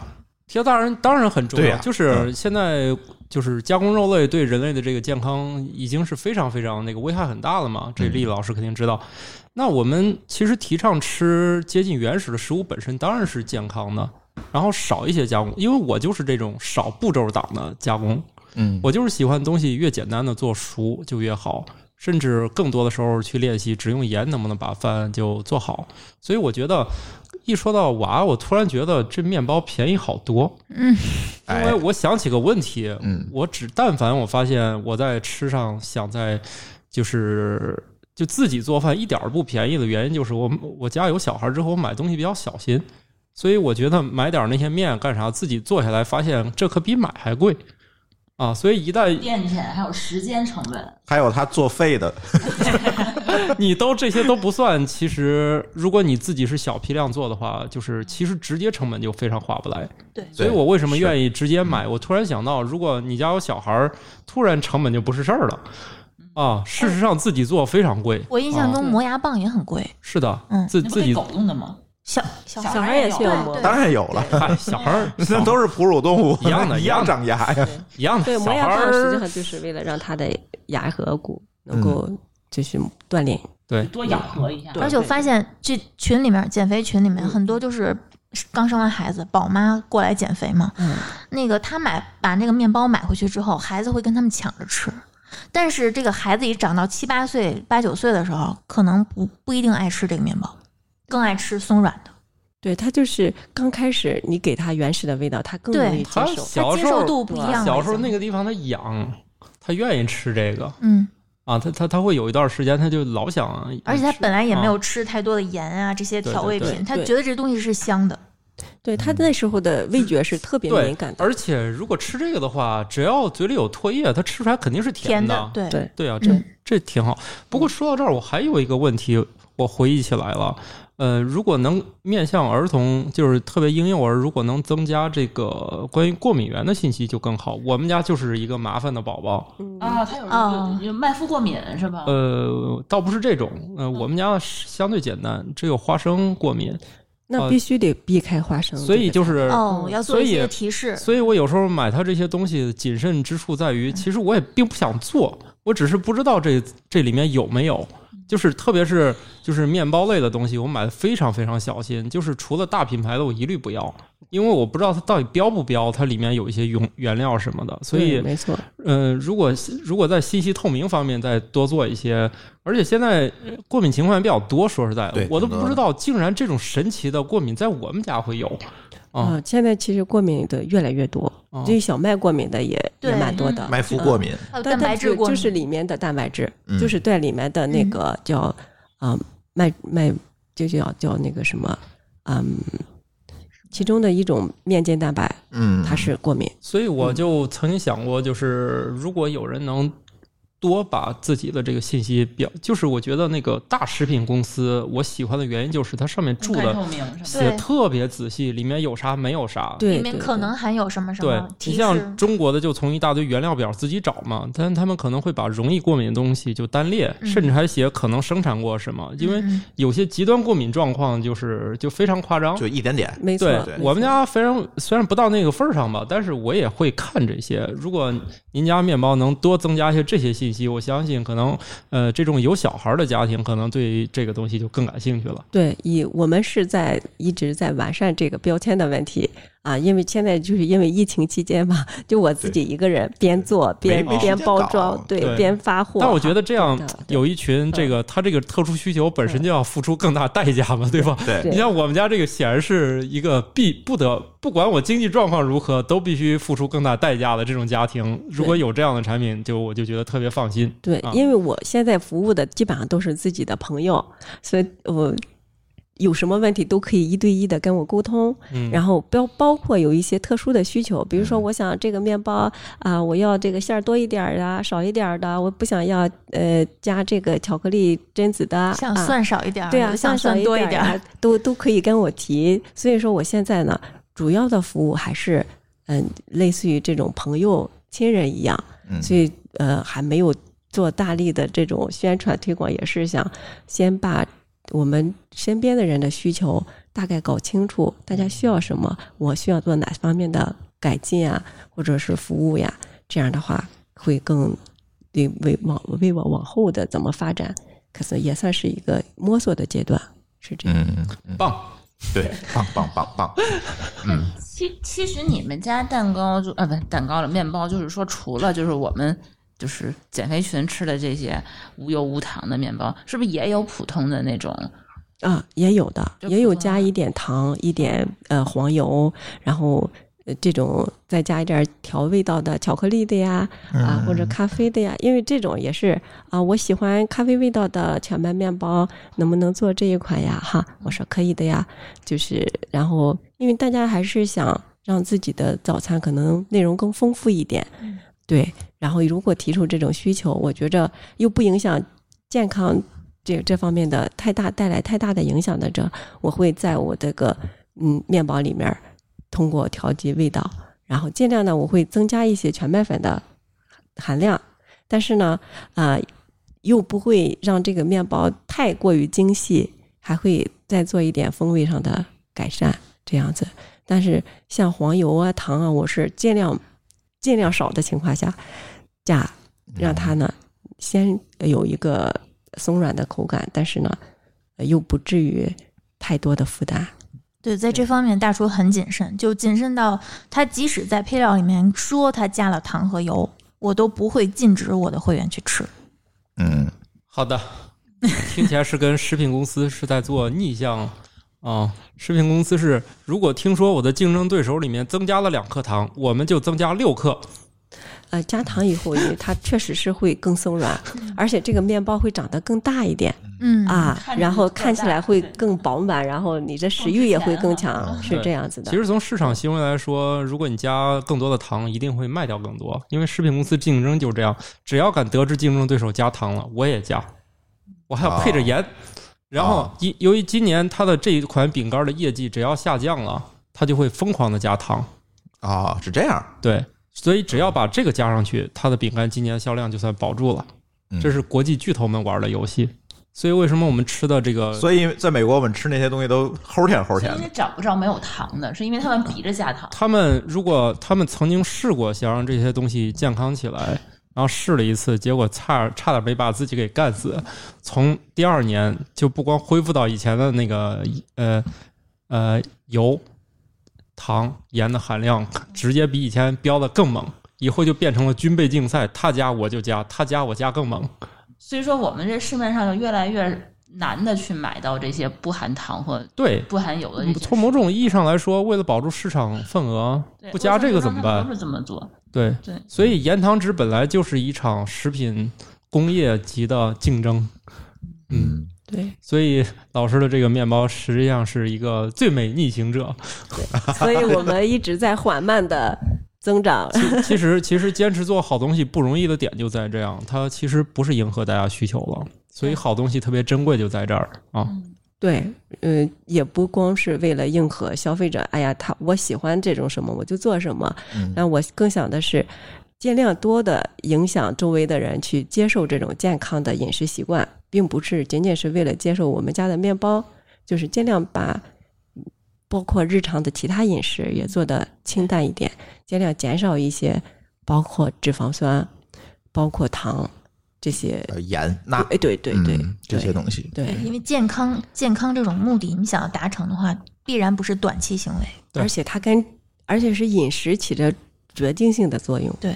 提到大人当然很重对要，呀就是现在就是加工肉类对人类的这个健康已经是非常非常那个危害很大了嘛，这嗯丽丽老师肯定知道。那我们其实提倡吃接近原始的食物本身当然是健康的，然后少一些加工，因为我就是这种少步骤党的加工，嗯我就是喜欢东西越简单的做熟就越好，甚至更多的时候去练习只用盐能不能把饭就做好。所以我觉得一说到娃，我突然觉得这面包便宜好多。嗯，因哎为我想起个问题，嗯我只但凡我发现我在吃上想在就是就自己做饭一点儿不便宜的原因，就是我我家有小孩之后，我买东西比较小心，所以我觉得买点儿那些面干啥，自己做下来发现这可比买还贵啊！所以一旦变钱还有时间成本，还有他作废的， (laughs) 你都这些都不算，其实如果你自己是小批量做的话，就是其实直接成本就非常划不来。所以我为什么愿意意直接买？我突然想到，如果你家有小孩儿，突然成本就不是事儿了啊！事实上，自己做非常贵。我印象哦中啊磨牙棒也很贵，是的，嗯自那不自给己狗用的吗？小小小孩小孩也需要磨对当然有了，嗨，小孩 (laughs) 儿那都是哺乳动物，一样 (laughs) 的一样一样的长牙呀，一样的，对，小磨牙孩棒实际儿嗯上就是为了让他的牙颌骨能够就是锻炼。对多咬合一下。对嗯而且我发现这群里面减肥群里面很多就是刚生完孩子，宝妈过来减肥嘛，嗯那个她买把那个面包买回去之后，孩子会跟他们抢着吃。但是这个孩子一长到七八岁、八九岁的时候，可能不不一定爱吃这个面包，更爱吃松软的。对他就是刚开始你给他原始的味道，他更对容易接他受。小时接候受度不一样了小时候已经那个地方他痒，他愿意吃这个嗯，啊，他他他会有一段时间他就老想，而且他吃本来也没啊有吃太多的盐啊这些对调味对品，对他对觉得这东西是香的。对他那时候的味觉是特别对敏感的，而且如果吃这个的话，只要嘴里有唾液，他吃出来肯定是甜的。的，对对对啊，这、嗯这挺好。不过说到这儿，我还有一个问题，我回忆起来了。呃，如果能面向儿童，就是特别婴幼儿，如果能增加这个关于过敏源的信息就更好。我们家就是一个麻烦的宝宝，嗯啊，他有一哦个有麦麸过敏是吧？呃，倒不是这种，呃，我们家相对简单，只有花生过敏，那必须得避开花嗯生。哦所以这就个是哦，要做一所些以提示。所以我有时候买它这些东西，谨慎之处在于，其实我也并不想做，我只是不知道这这里面有没有。就是特别是就是面包类的东西，我买的非常非常小心，就是除了大品牌的我一律不要，因为我不知道它到底标不标，它里面有一些原原料什么的，所以对没错，嗯，如果如果在信息透明方面再多做一些，而且现在呃过敏情况也比较多，说实在的对，我都挺多不知的道竟然这种神奇的过敏在我们家会有啊啊，现在其实过敏的越来越多哦，对于小麦过敏的也对也蛮多的。麦麸过敏，还有但蛋白质但是过敏，嗯就是里面的蛋白质嗯，就是对里面的那个叫啊麦麦，就叫叫那个什么，嗯，其中的一种面间蛋白，嗯，它是过敏。所以嗯我就曾经想过，就是如果有人能多把自己的这个信息表，就是我觉得那个大食品公司，我喜欢的原因就是它上面注公开的透明是吧？写特别仔细，里面有啥没有啥。对，里面对可能含有什么什对么你提示像。中国的就从一大堆原料表自己找嘛，但他们可能会把容易过敏的东西就单列，嗯甚至还写可能生产过什么，因为嗯有些极端过敏状况就是就非常夸张，就一点点对，没错对，没错我们家非常虽然不到那个份儿上吧，但是我也会看这些。如果您家面包能多增加一些这些信息，我相信可能呃，这种有小孩儿的家庭可能对这个东西就更感兴趣了。对，以我们是在一直在完善这个标签的问题啊，因为现在就是因为疫情期间嘛，就我自己一个人边做边没时间边包搞装，对，对边发货哈。但我觉得这样对的嗯对有一群这个他这个特殊需求本身就要付出更大代价嘛，对吧？对对你像我们家这个显然是一个必不得，不管我经济状况如何，都必须付出更大代价的这种家庭，如果有这样的产品，就我就觉得特别放心。对啊，因为我现在服务的基本上都是自己的朋友，所以我有什么问题都可以一对一的跟我沟通。嗯，然后包包括有一些特殊的需求，比如说嗯我想这个面包啊、我要这个馅儿多一点儿的啊，少一点儿的，我不想要呃加这个巧克力榛子的，想啊算少一点儿，对啊，我想像算少多一点点儿儿啊，都都可以跟我提。所以说，我现在呢，主要的服务还是嗯、类似于这种朋友、亲人一样，嗯所以呃，还没有做大力的这种宣传推广，也是想先把我们身边的人的需求大概搞清楚，大家需要什么，我需要做哪方面的改进啊，或者是服务呀，这样的话会更对为往为我往后的怎么发展，可是也算是一个摸索的阶段，是这样。嗯，嗯棒。对，棒棒棒棒，其其实你们家蛋糕就啊不蛋糕了，面包就是说除了就是我们就是减肥群吃的这些无油无糖的面包，是不是也有普通的那种？啊，也有的，就也有普通加的一点糖，一点呃黄油，然后呃这种再加一点调味道的巧克力的呀，啊或者咖啡的呀，因为这种也是啊，我喜欢咖啡味道的全麦面包，能不能做这一款呀？哈，我说可以的呀，就是然后因为大家还是想让自己的早餐可能内容更丰富一点，嗯对，然后如果提出这种需求，我觉着又不影响健康这这方面的太大带来太大的影响的这，我会在我这个嗯面包里面儿通过调节味道，然后尽量呢我会增加一些全麦粉的含量，但是呢，啊又不会让这个面包太过于精细，还会再做一点风味上的改善，这样子。但是像黄油啊、糖啊，我是尽量尽量少的情况下加，让它呢先有一个松软的口感，但是呢呃又不至于太多的负担。对，在这方面大厨很谨慎，就谨慎到他即使在配料里面说他加了糖和油，我都不会禁止我的会员去吃。嗯，好的，听起来是跟食品公司是在做逆向啊、食品公司是，如果听说我的竞争对手里面增加了两克糖，我们就增加六克。呃，加糖以后，因 (laughs) 为它确实是会更松软，而且这个面包会长得更大一点嗯，啊看，着然后更嗯看起大来会对更饱满，然后你的食更欲值也会钱更啊了强，是对这样子的其。实从市场行为来说，如果你加更多的糖，一定会卖掉更多，因为食品公司竞争就是这样，只要敢得知竞争对手加糖了，我也加，我还要配着盐。然后哦一由于今年它的这一款饼干的业绩只要下降了，它就会疯狂的加糖。啊、是这样。对，所以只要把这个加上去，它的饼干今年销量就算保住了。嗯这是国际巨头们玩的游戏，所以为什么我们吃的这个所以在美国，我们吃那些东西都齁甜齁甜因为的。找不着没有糖的，是因为他们比着加糖。他们如果他们曾经试过想让这些东西健康起来，然后试了一次，结果差差点没把自己给干死。从第二年就不光恢复到以前的那个呃呃油、糖、盐的含量，直接比以前标的更猛。以后就变成了军备竞赛，他加我就加，他加我加更猛。所以说，我们这市面上就越来越难的去买到这些不含糖和对，嗯不含油的这些食品。从某种意义上来说，为了保住市场份额对，不加这个为什怎么办他们？都是这么做，对对所以盐糖纸本来就是一场食品工业级的竞争，嗯，对，所以老师的这个面包实际上是一个最美逆行者。 (laughs) 所以我们一直在缓慢的增长。其其实其实坚持做好东西不容易的点就在这样，它其实不是迎合大家需求了，所以好东西特别珍贵就在这儿啊。对，呃，也不光是为了迎合消费者，哎呀，他我喜欢这种什么我就做什么，嗯那我更想的是尽量多的影响周围的人去接受这种健康的饮食习惯，并不是仅仅是为了接受我们家的面包，就是尽量把包括日常的其他饮食也做得清淡一点，尽量减少一些包括脂肪酸、包括糖这些。呃盐、钠，哎，对对对，嗯这些东西。对。对因为健康健康这种目的，你想要达成的话，必然不是短期行为。对而且它跟而且是饮食起着决定性的作用。对，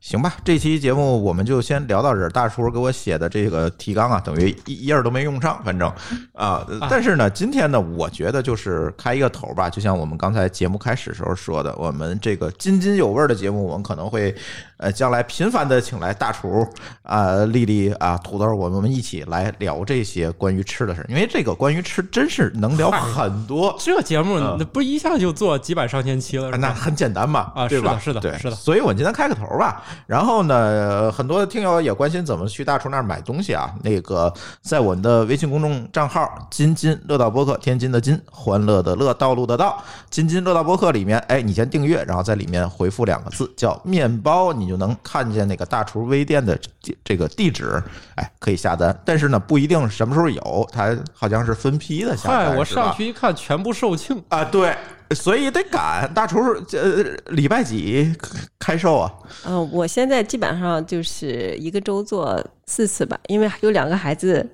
行吧，这期节目我们就先聊到这儿。大叔给我写的这个提纲啊，等于一一页都没用上，反正啊、呃但是呢，今天呢，我觉得就是开一个头吧，就像我们刚才节目开始时候说的，我们这个津津有味儿的节目，我们可能会呃将来频繁的请来大厨啊、丽丽啊、土豆，我们一起来聊这些关于吃的事儿，因为这个关于吃真是能聊很多。这节目嗯那不一下就做几百上千期了，是啊那吧？很简单嘛，啊对吧？是的是的对，是的所以我今天开个头吧。然后呢，呃很多听友也关心怎么去大厨那儿买东西啊。那个，在我们的微信公众账号“津津乐道播客”，天津的津，欢乐的乐，道路的道，津津乐道播客里面，哎，你先订阅，然后在里面回复两个字叫“面包”，你就能看见那个大厨微店的这这个地址，哎，可以下单。但是呢，不一定什么时候有，它好像是分批的下单，嗨，我是吧上去一看，全部售罄。啊，对，所以得赶。大厨呃，礼拜几开售啊？嗯、我现在基本上就是一个周做四次吧，因为有两个孩子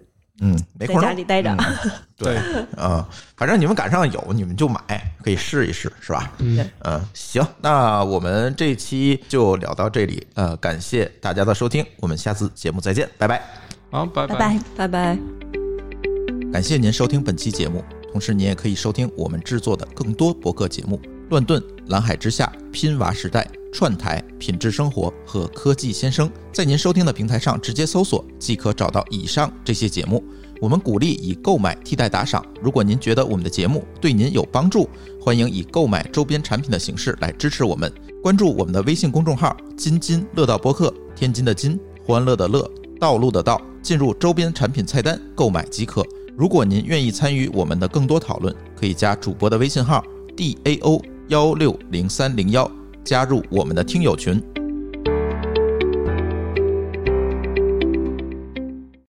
嗯，没在空家弄里待着。 (laughs) 嗯对，啊，反正你们赶上有，你们就买，可以试一试，是吧？嗯，嗯，行，那我们这期就聊到这里，呃，感谢大家的收听，我们下次节目再见，拜拜。好，啊拜拜拜。拜拜。感谢您收听本期节目，同时您也可以收听我们制作的更多博客节目《乱炖》《蓝海之下》《拼娃时代》《串台》《品质生活》和《科技先生》。在您收听的平台上直接搜索，即可找到以上这些节目。我们鼓励以购买替代打赏。如果您觉得我们的节目对您有帮助，欢迎以购买周边产品的形式来支持我们。关注我们的微信公众号“津津乐道播客”，天津的津，欢乐的乐，道路的道，进入周边产品菜单购买即可。如果您愿意参与我们的更多讨论，可以加主播的微信号 d a o 幺六零三零幺，加入我们的听友群。